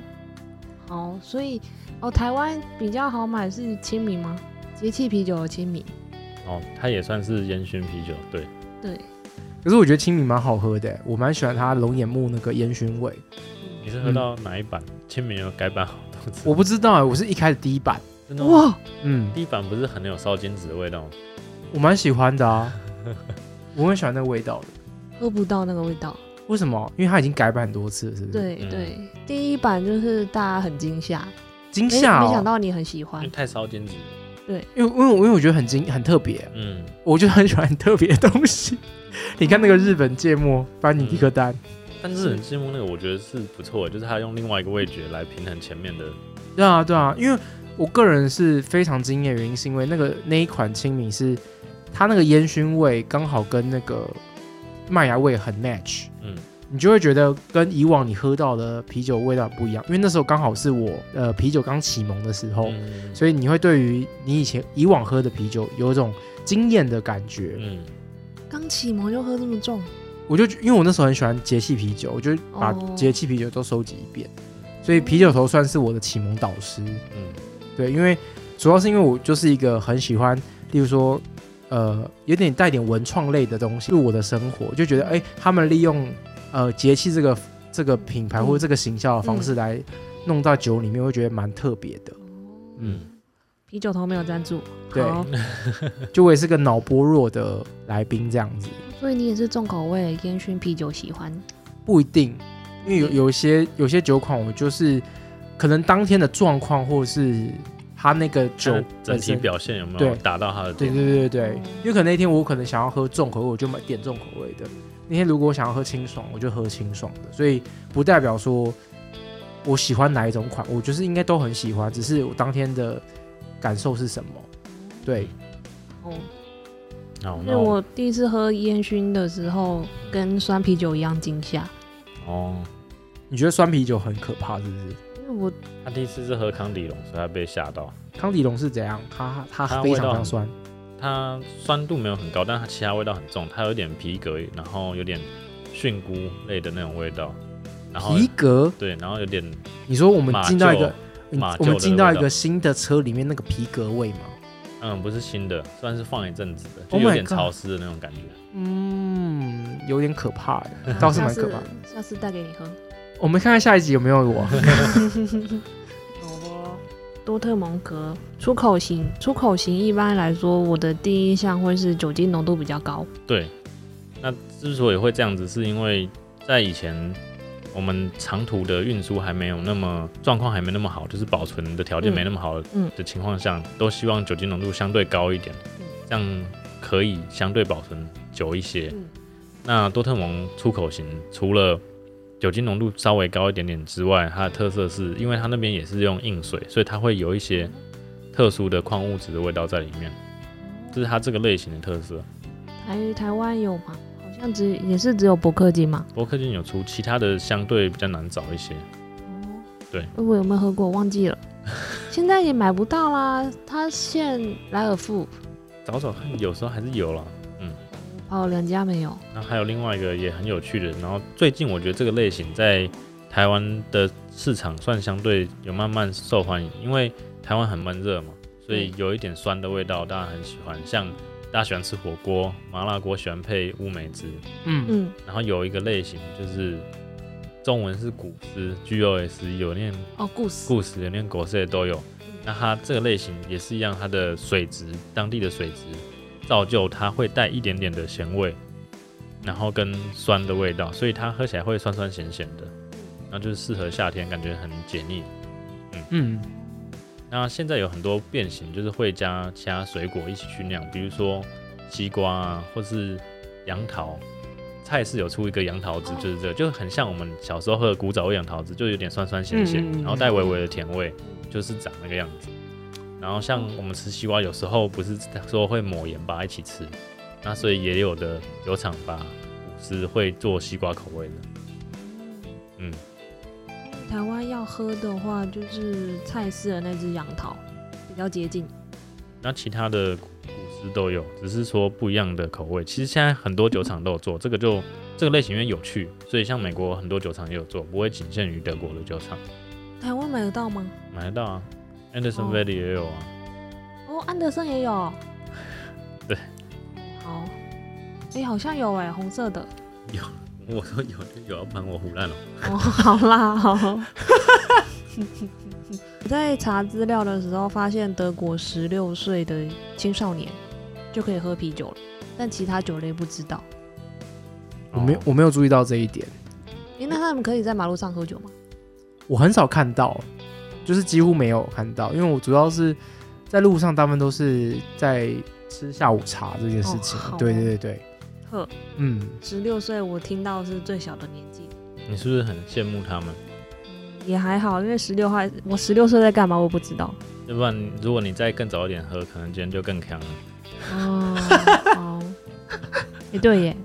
Speaker 3: 好，所以哦，台湾比较好买是青米吗？节气啤酒的青米，
Speaker 1: 哦，它也算是烟熏啤酒，对，
Speaker 3: 对，
Speaker 2: 可是我觉得青米蛮好喝的，我蛮喜欢它龙眼木那个烟熏味。
Speaker 1: 你是喝到哪一版？清明有改版好多次。
Speaker 2: 嗯我不知道哎，我是一开始第一版，
Speaker 1: 真的吗？
Speaker 3: 哇，
Speaker 2: 嗯，
Speaker 1: 第一版不是很有烧金纸的味道吗？
Speaker 2: 我蛮喜欢的 啊，我很喜欢那个味道的。
Speaker 3: 喝不到那个味道。
Speaker 2: 为什么？因为它已经改版很多次了，是不是？，
Speaker 3: 对
Speaker 1: 嗯
Speaker 3: 对，第一版就是大家很惊吓，
Speaker 2: 惊
Speaker 3: 没
Speaker 2: 吓
Speaker 3: 没想
Speaker 2: 哦。
Speaker 3: 到你很喜
Speaker 1: 因
Speaker 3: 欢
Speaker 1: 为，太烧金纸了。
Speaker 2: 因为因为我因为我觉得很惊很特别，
Speaker 1: 嗯，
Speaker 2: 我就很喜欢很特别的东西。你看那个日本芥末班尼迪克丹，
Speaker 1: 但是很羡慕那个，我觉得是不错的，就是它用另外一个味觉来平衡前面的。
Speaker 2: 对啊，对啊，因为我个人是非常惊艳，原因是因为那个那一款青米是它那个烟熏味刚好跟那个麦芽味很 match，
Speaker 1: 嗯，
Speaker 2: 你就会觉得跟以往你喝到的啤酒味道不一样，因为那时候刚好是我呃啤酒刚启蒙的时候，
Speaker 1: 嗯
Speaker 2: 所以你会对于你以前以往喝的啤酒有一种惊艳的感觉。
Speaker 1: 嗯，
Speaker 3: 刚启蒙就喝这么重，
Speaker 2: 我就因为我那时候很喜欢节气啤酒，我就把
Speaker 3: 哦
Speaker 2: 节气啤酒都收集一遍，所以啤酒头算是我的启蒙导师。
Speaker 1: 嗯，
Speaker 2: 对，因为主要是因为我就是一个很喜欢，例如说，呃，有点带点文创类的东西入我的生活，就觉
Speaker 3: 嗯
Speaker 2: 得哎、诶他们利用呃节气这个这个品牌
Speaker 3: 嗯
Speaker 2: 或者这个形象的方式来弄到酒里面，我觉得蛮特别的。嗯，
Speaker 3: 哦啤酒头没有赞助，
Speaker 2: 对
Speaker 3: 好，
Speaker 2: 就我也是个脑波弱的来宾这样子，
Speaker 3: 所以你也是重口味烟熏啤酒喜欢，
Speaker 2: 不一定，因为有有一些有些酒款我就是可能当天的状况或是。他那个酒
Speaker 1: 看整
Speaker 2: 本
Speaker 1: 体
Speaker 2: 身
Speaker 1: 表现有没有
Speaker 2: 对
Speaker 1: 达到它的
Speaker 2: 对
Speaker 1: 点？
Speaker 2: 对对对对，因为可能那天我可能想要喝重口味，我就买点重口味的；那天如果我想要喝清爽，我就喝清爽的。所以不代表说我喜欢哪一种款，我就是应该都很喜欢，只是我当天的感受是什么。对，
Speaker 3: 哦，
Speaker 1: 好，
Speaker 2: 哦
Speaker 3: 因为
Speaker 1: 那我
Speaker 3: 我第一次喝烟熏的时候，跟酸啤酒一样惊吓，
Speaker 1: 哦，
Speaker 2: 你觉得酸啤酒很可怕是不是？
Speaker 3: 因为我
Speaker 1: 他第一次是喝康迪龙，所以他被吓到。
Speaker 2: 康迪龙是怎样？它它
Speaker 1: 它
Speaker 2: 它非
Speaker 1: 味道
Speaker 2: 常非常
Speaker 1: 很
Speaker 2: 酸，
Speaker 1: 它酸度没有很高，但它其他味道很重，它有点皮革，然后有点菌菇类的那种味道，然后
Speaker 2: 皮革。
Speaker 1: 对，然后有点
Speaker 2: 你说我们进到一个，你
Speaker 1: 马厩
Speaker 2: 我们
Speaker 1: 的
Speaker 2: 进到
Speaker 1: 味
Speaker 2: 一
Speaker 1: 道
Speaker 2: 个新的车里面，那个皮革味吗？
Speaker 1: 嗯，不是新的，算是放一阵子的，就
Speaker 2: Oh
Speaker 1: 有
Speaker 2: my
Speaker 1: 点
Speaker 2: God
Speaker 1: 潮湿的那种感觉。
Speaker 2: 嗯，有点可怕欸， 倒是蛮可怕的。
Speaker 3: 下次下次带给你喝。
Speaker 2: 我们看看下一集有没有 我。
Speaker 3: 哦多特蒙格出口型，出口型一般来说，我的第一项会是酒精浓度比较 高。
Speaker 1: 对，那之所以会这样子，是因为在以前我们长途的运输还没有那么状况还没那么好，就是保存的条件
Speaker 3: 嗯
Speaker 1: 没那么好
Speaker 3: 嗯
Speaker 1: 的情况下，都希望酒精浓度相对高一点
Speaker 3: 嗯，
Speaker 1: 这样可以相对保存久一些
Speaker 3: 嗯。
Speaker 1: 那多特蒙出口型除了酒精浓度稍微高一点点之外，它的特色是因为它那边也是用硬水，所以它会有一些特殊的矿物质的味道在里面，这是它这个类型的特色。
Speaker 3: 台台湾有吗？好像只也是只有伯克金嘛。
Speaker 1: 伯克金有出，其他的相对比较难找一些。对，
Speaker 3: 我有没有喝过？忘记了。现在也买不到啦，它限莱尔富，
Speaker 1: 找找看，有时候还是有了。
Speaker 3: 哦，两家没有。
Speaker 1: 那还有另外一个也很有趣的，然后最近我觉得这个类型在台湾的市场算相对有慢慢受欢迎，因为台湾很闷热嘛，所以有一点酸的味道大家很喜欢。像大家喜欢吃火锅，麻辣锅喜欢配乌梅汁，
Speaker 2: 嗯，
Speaker 3: 嗯，
Speaker 1: 然后有一个类型就是中文是古诗 G O S，有念
Speaker 3: 哦，故事。
Speaker 1: 故事，连果色也都有。那它这个类型也是一样，它的水质，当地的水质，造就它会带一点点的咸味，然后跟酸的味道，所以它喝起来会酸酸咸咸的，那就是适合夏天，感觉很解腻。
Speaker 2: 嗯，
Speaker 1: 那现在有很多变形，就是会加其他水果一起去酿，比如说西瓜啊，或是杨桃、泰式有出一个杨桃
Speaker 2: 哦
Speaker 1: 汁，就是这个，就很像我们小时候喝的古早味杨桃汁，就有点酸酸咸咸，
Speaker 2: 嗯嗯嗯
Speaker 1: 然后带微微的甜味，就是长那个样子。然后像我们吃西瓜，有时候不是说会抹盐巴一起吃，那所以也有的有厂吧是会做西瓜口味的。嗯，
Speaker 2: 嗯
Speaker 5: 台湾要喝的话，就是菜市的那只杨桃比较接近。
Speaker 1: 那其他的古诗都有，只是说不一样的口味。其实现在很多酒厂都有做，这个就这个类型因为有趣，所以像美国很多酒厂也有做，不会仅限于德国的酒厂，
Speaker 5: 台湾买得到吗？
Speaker 1: 买得到啊。Anderson
Speaker 5: 哦
Speaker 1: Valley 也有啊，
Speaker 5: 哦，安德森也有。
Speaker 1: 对。
Speaker 5: 好。哎、好像有哎、红色的。
Speaker 1: 哦我说有有要帮我胡乱了。
Speaker 5: 哦，好啦，
Speaker 3: 哦
Speaker 5: 好。我在查资料的时候发现，德国十六岁的青少年就可以喝啤酒了，但其他酒类不知道。
Speaker 1: 哦
Speaker 2: 我没有我没有注意到这一点，
Speaker 5: 诶，那他们可以在马路上喝酒吗？
Speaker 2: 我很少看到，就是几乎没有看到，因为我主要是在路上，大部分都是在吃下午茶这件事情。
Speaker 5: 哦好哦
Speaker 2: 对对对对，
Speaker 5: 呵，
Speaker 2: 嗯，
Speaker 5: 十六岁我听到是最小的年纪，
Speaker 1: 你是不是很羡慕他们？
Speaker 5: 也还好，因为十六还我十六岁在干嘛我不知道。
Speaker 1: 要不然如果你再更早一点喝，可能今天就更强了。
Speaker 5: 哦，好，也 对耶。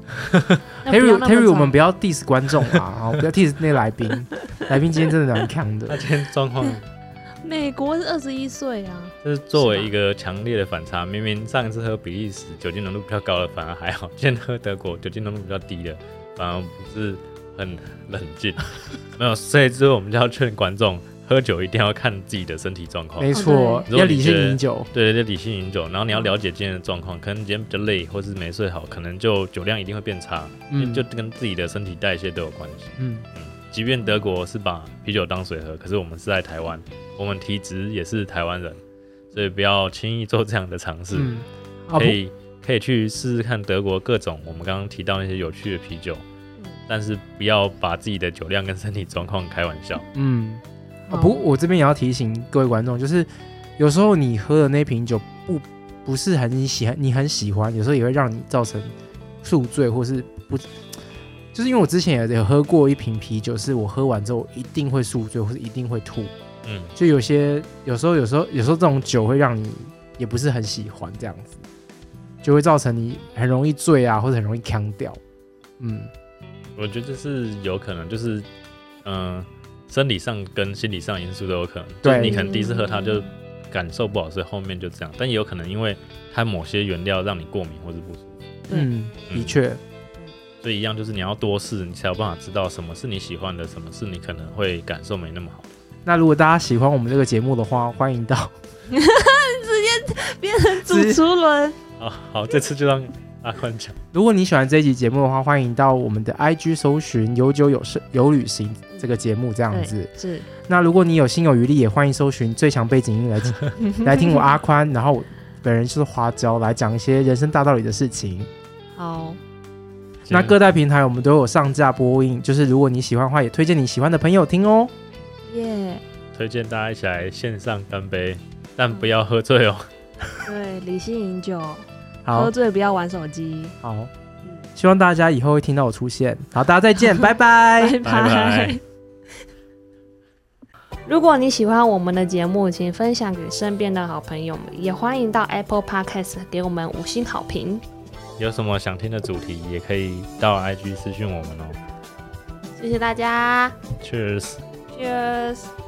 Speaker 5: 那不
Speaker 2: Terry
Speaker 5: 要那么
Speaker 2: Terry，
Speaker 5: 早
Speaker 2: 我们不要 diss 观众 啊，好，不要 diss 那来宾，来宾今天真的蛮强
Speaker 1: 他
Speaker 2: 的。
Speaker 1: 今天状况
Speaker 5: 美国是二十一岁啊，
Speaker 1: 就是作为
Speaker 5: 是吧
Speaker 1: 一个强烈的反差，明明上一次喝比利时酒精浓度比较高的反而还好，现在喝德国酒精浓度比较低的反而不是很冷 静。没有，所以之后我们就要劝观众，喝酒一定要看自己的身体状况。
Speaker 2: 没错
Speaker 5: 哦，
Speaker 1: 对
Speaker 2: 要理性饮酒。
Speaker 1: 对，就理性饮酒，然后你要了解今天的状
Speaker 2: 嗯
Speaker 1: 况，可能今天比较累，或是没睡好，可能就酒量一定会变差，
Speaker 2: 嗯，
Speaker 1: 就跟自己的身体代谢都有关系。
Speaker 2: 嗯，
Speaker 1: 即便德国是把啤酒当水喝，可是我们是在台湾，我们体质也是台湾人，所以不要轻易做这样的尝试。
Speaker 2: 嗯，啊
Speaker 1: 可
Speaker 2: 不，
Speaker 1: 以可以去试试看德国各种我们刚刚提到那些有趣的啤酒，
Speaker 5: 嗯
Speaker 1: 但是不要把自己的酒量跟身体状况开玩笑。
Speaker 2: 嗯，啊
Speaker 5: 好
Speaker 2: 不，我这边也要提醒各位观众，就是有时候你喝的那瓶酒不不是很你喜欢，你很喜欢，有时候也会让你造成宿醉，或是不，就是因为我之前也有喝过一瓶啤酒，是我喝完之后一定会宿醉，或是一定会吐，
Speaker 1: 嗯，
Speaker 2: 就有些有时候有时候有时候这种酒会让你也不是很喜欢这样子，就会造成你很容易醉啊，或者很容易呛掉，嗯。
Speaker 1: 我觉得是有可能，就是嗯、生理上跟心理上因素都有可能。就是
Speaker 2: 对
Speaker 1: 你可能第一次喝它就感受不好，所以后面就这样。但也有可能因为它某些原料让你过敏或是不舒服，
Speaker 5: 对
Speaker 2: 嗯，的
Speaker 1: 嗯
Speaker 2: 确，
Speaker 1: 所以一样就是你要多试，你才有办法知道什么是你喜欢的，什么是你可能会感受没那么好。
Speaker 2: 那如果大家喜欢我们这个节目的话，欢迎到
Speaker 5: 变成
Speaker 2: 直
Speaker 5: 主厨轮，
Speaker 1: 好啊好，这次就让阿宽讲。
Speaker 2: 如果你喜欢这一集节目的话，欢迎到我们的 IG 搜寻“有酒有事有旅行”这个节目这样子。
Speaker 5: 是
Speaker 2: 那如果你有心有余力，也欢迎搜寻“最强背景音来”来听我阿宽，然后我本人就是花椒来讲一些人生大道理的事情。
Speaker 5: 好，
Speaker 2: 那各大平台我们都有上架播音，就是如果你喜欢的话，也推荐你喜欢的朋友听哦。
Speaker 5: 耶，
Speaker 1: 推荐大家一起来线上干杯，但不要喝醉哦。
Speaker 5: 对，理性饮酒，
Speaker 2: 好
Speaker 5: 喝醉不要玩手机，
Speaker 2: 好，希望大家以后会听到我出现。好，大家再见，拜拜。
Speaker 5: 拜
Speaker 1: 拜拜。
Speaker 5: 如果你喜欢我们的节目，请分享给身边的好朋友们，也欢迎到 Apple Podcast 给我们五星好评。
Speaker 1: 有什么想听的主题，也可以到 IG 私讯我们哦。
Speaker 5: 谢谢大家
Speaker 1: Cheers。
Speaker 5: ，Cheers。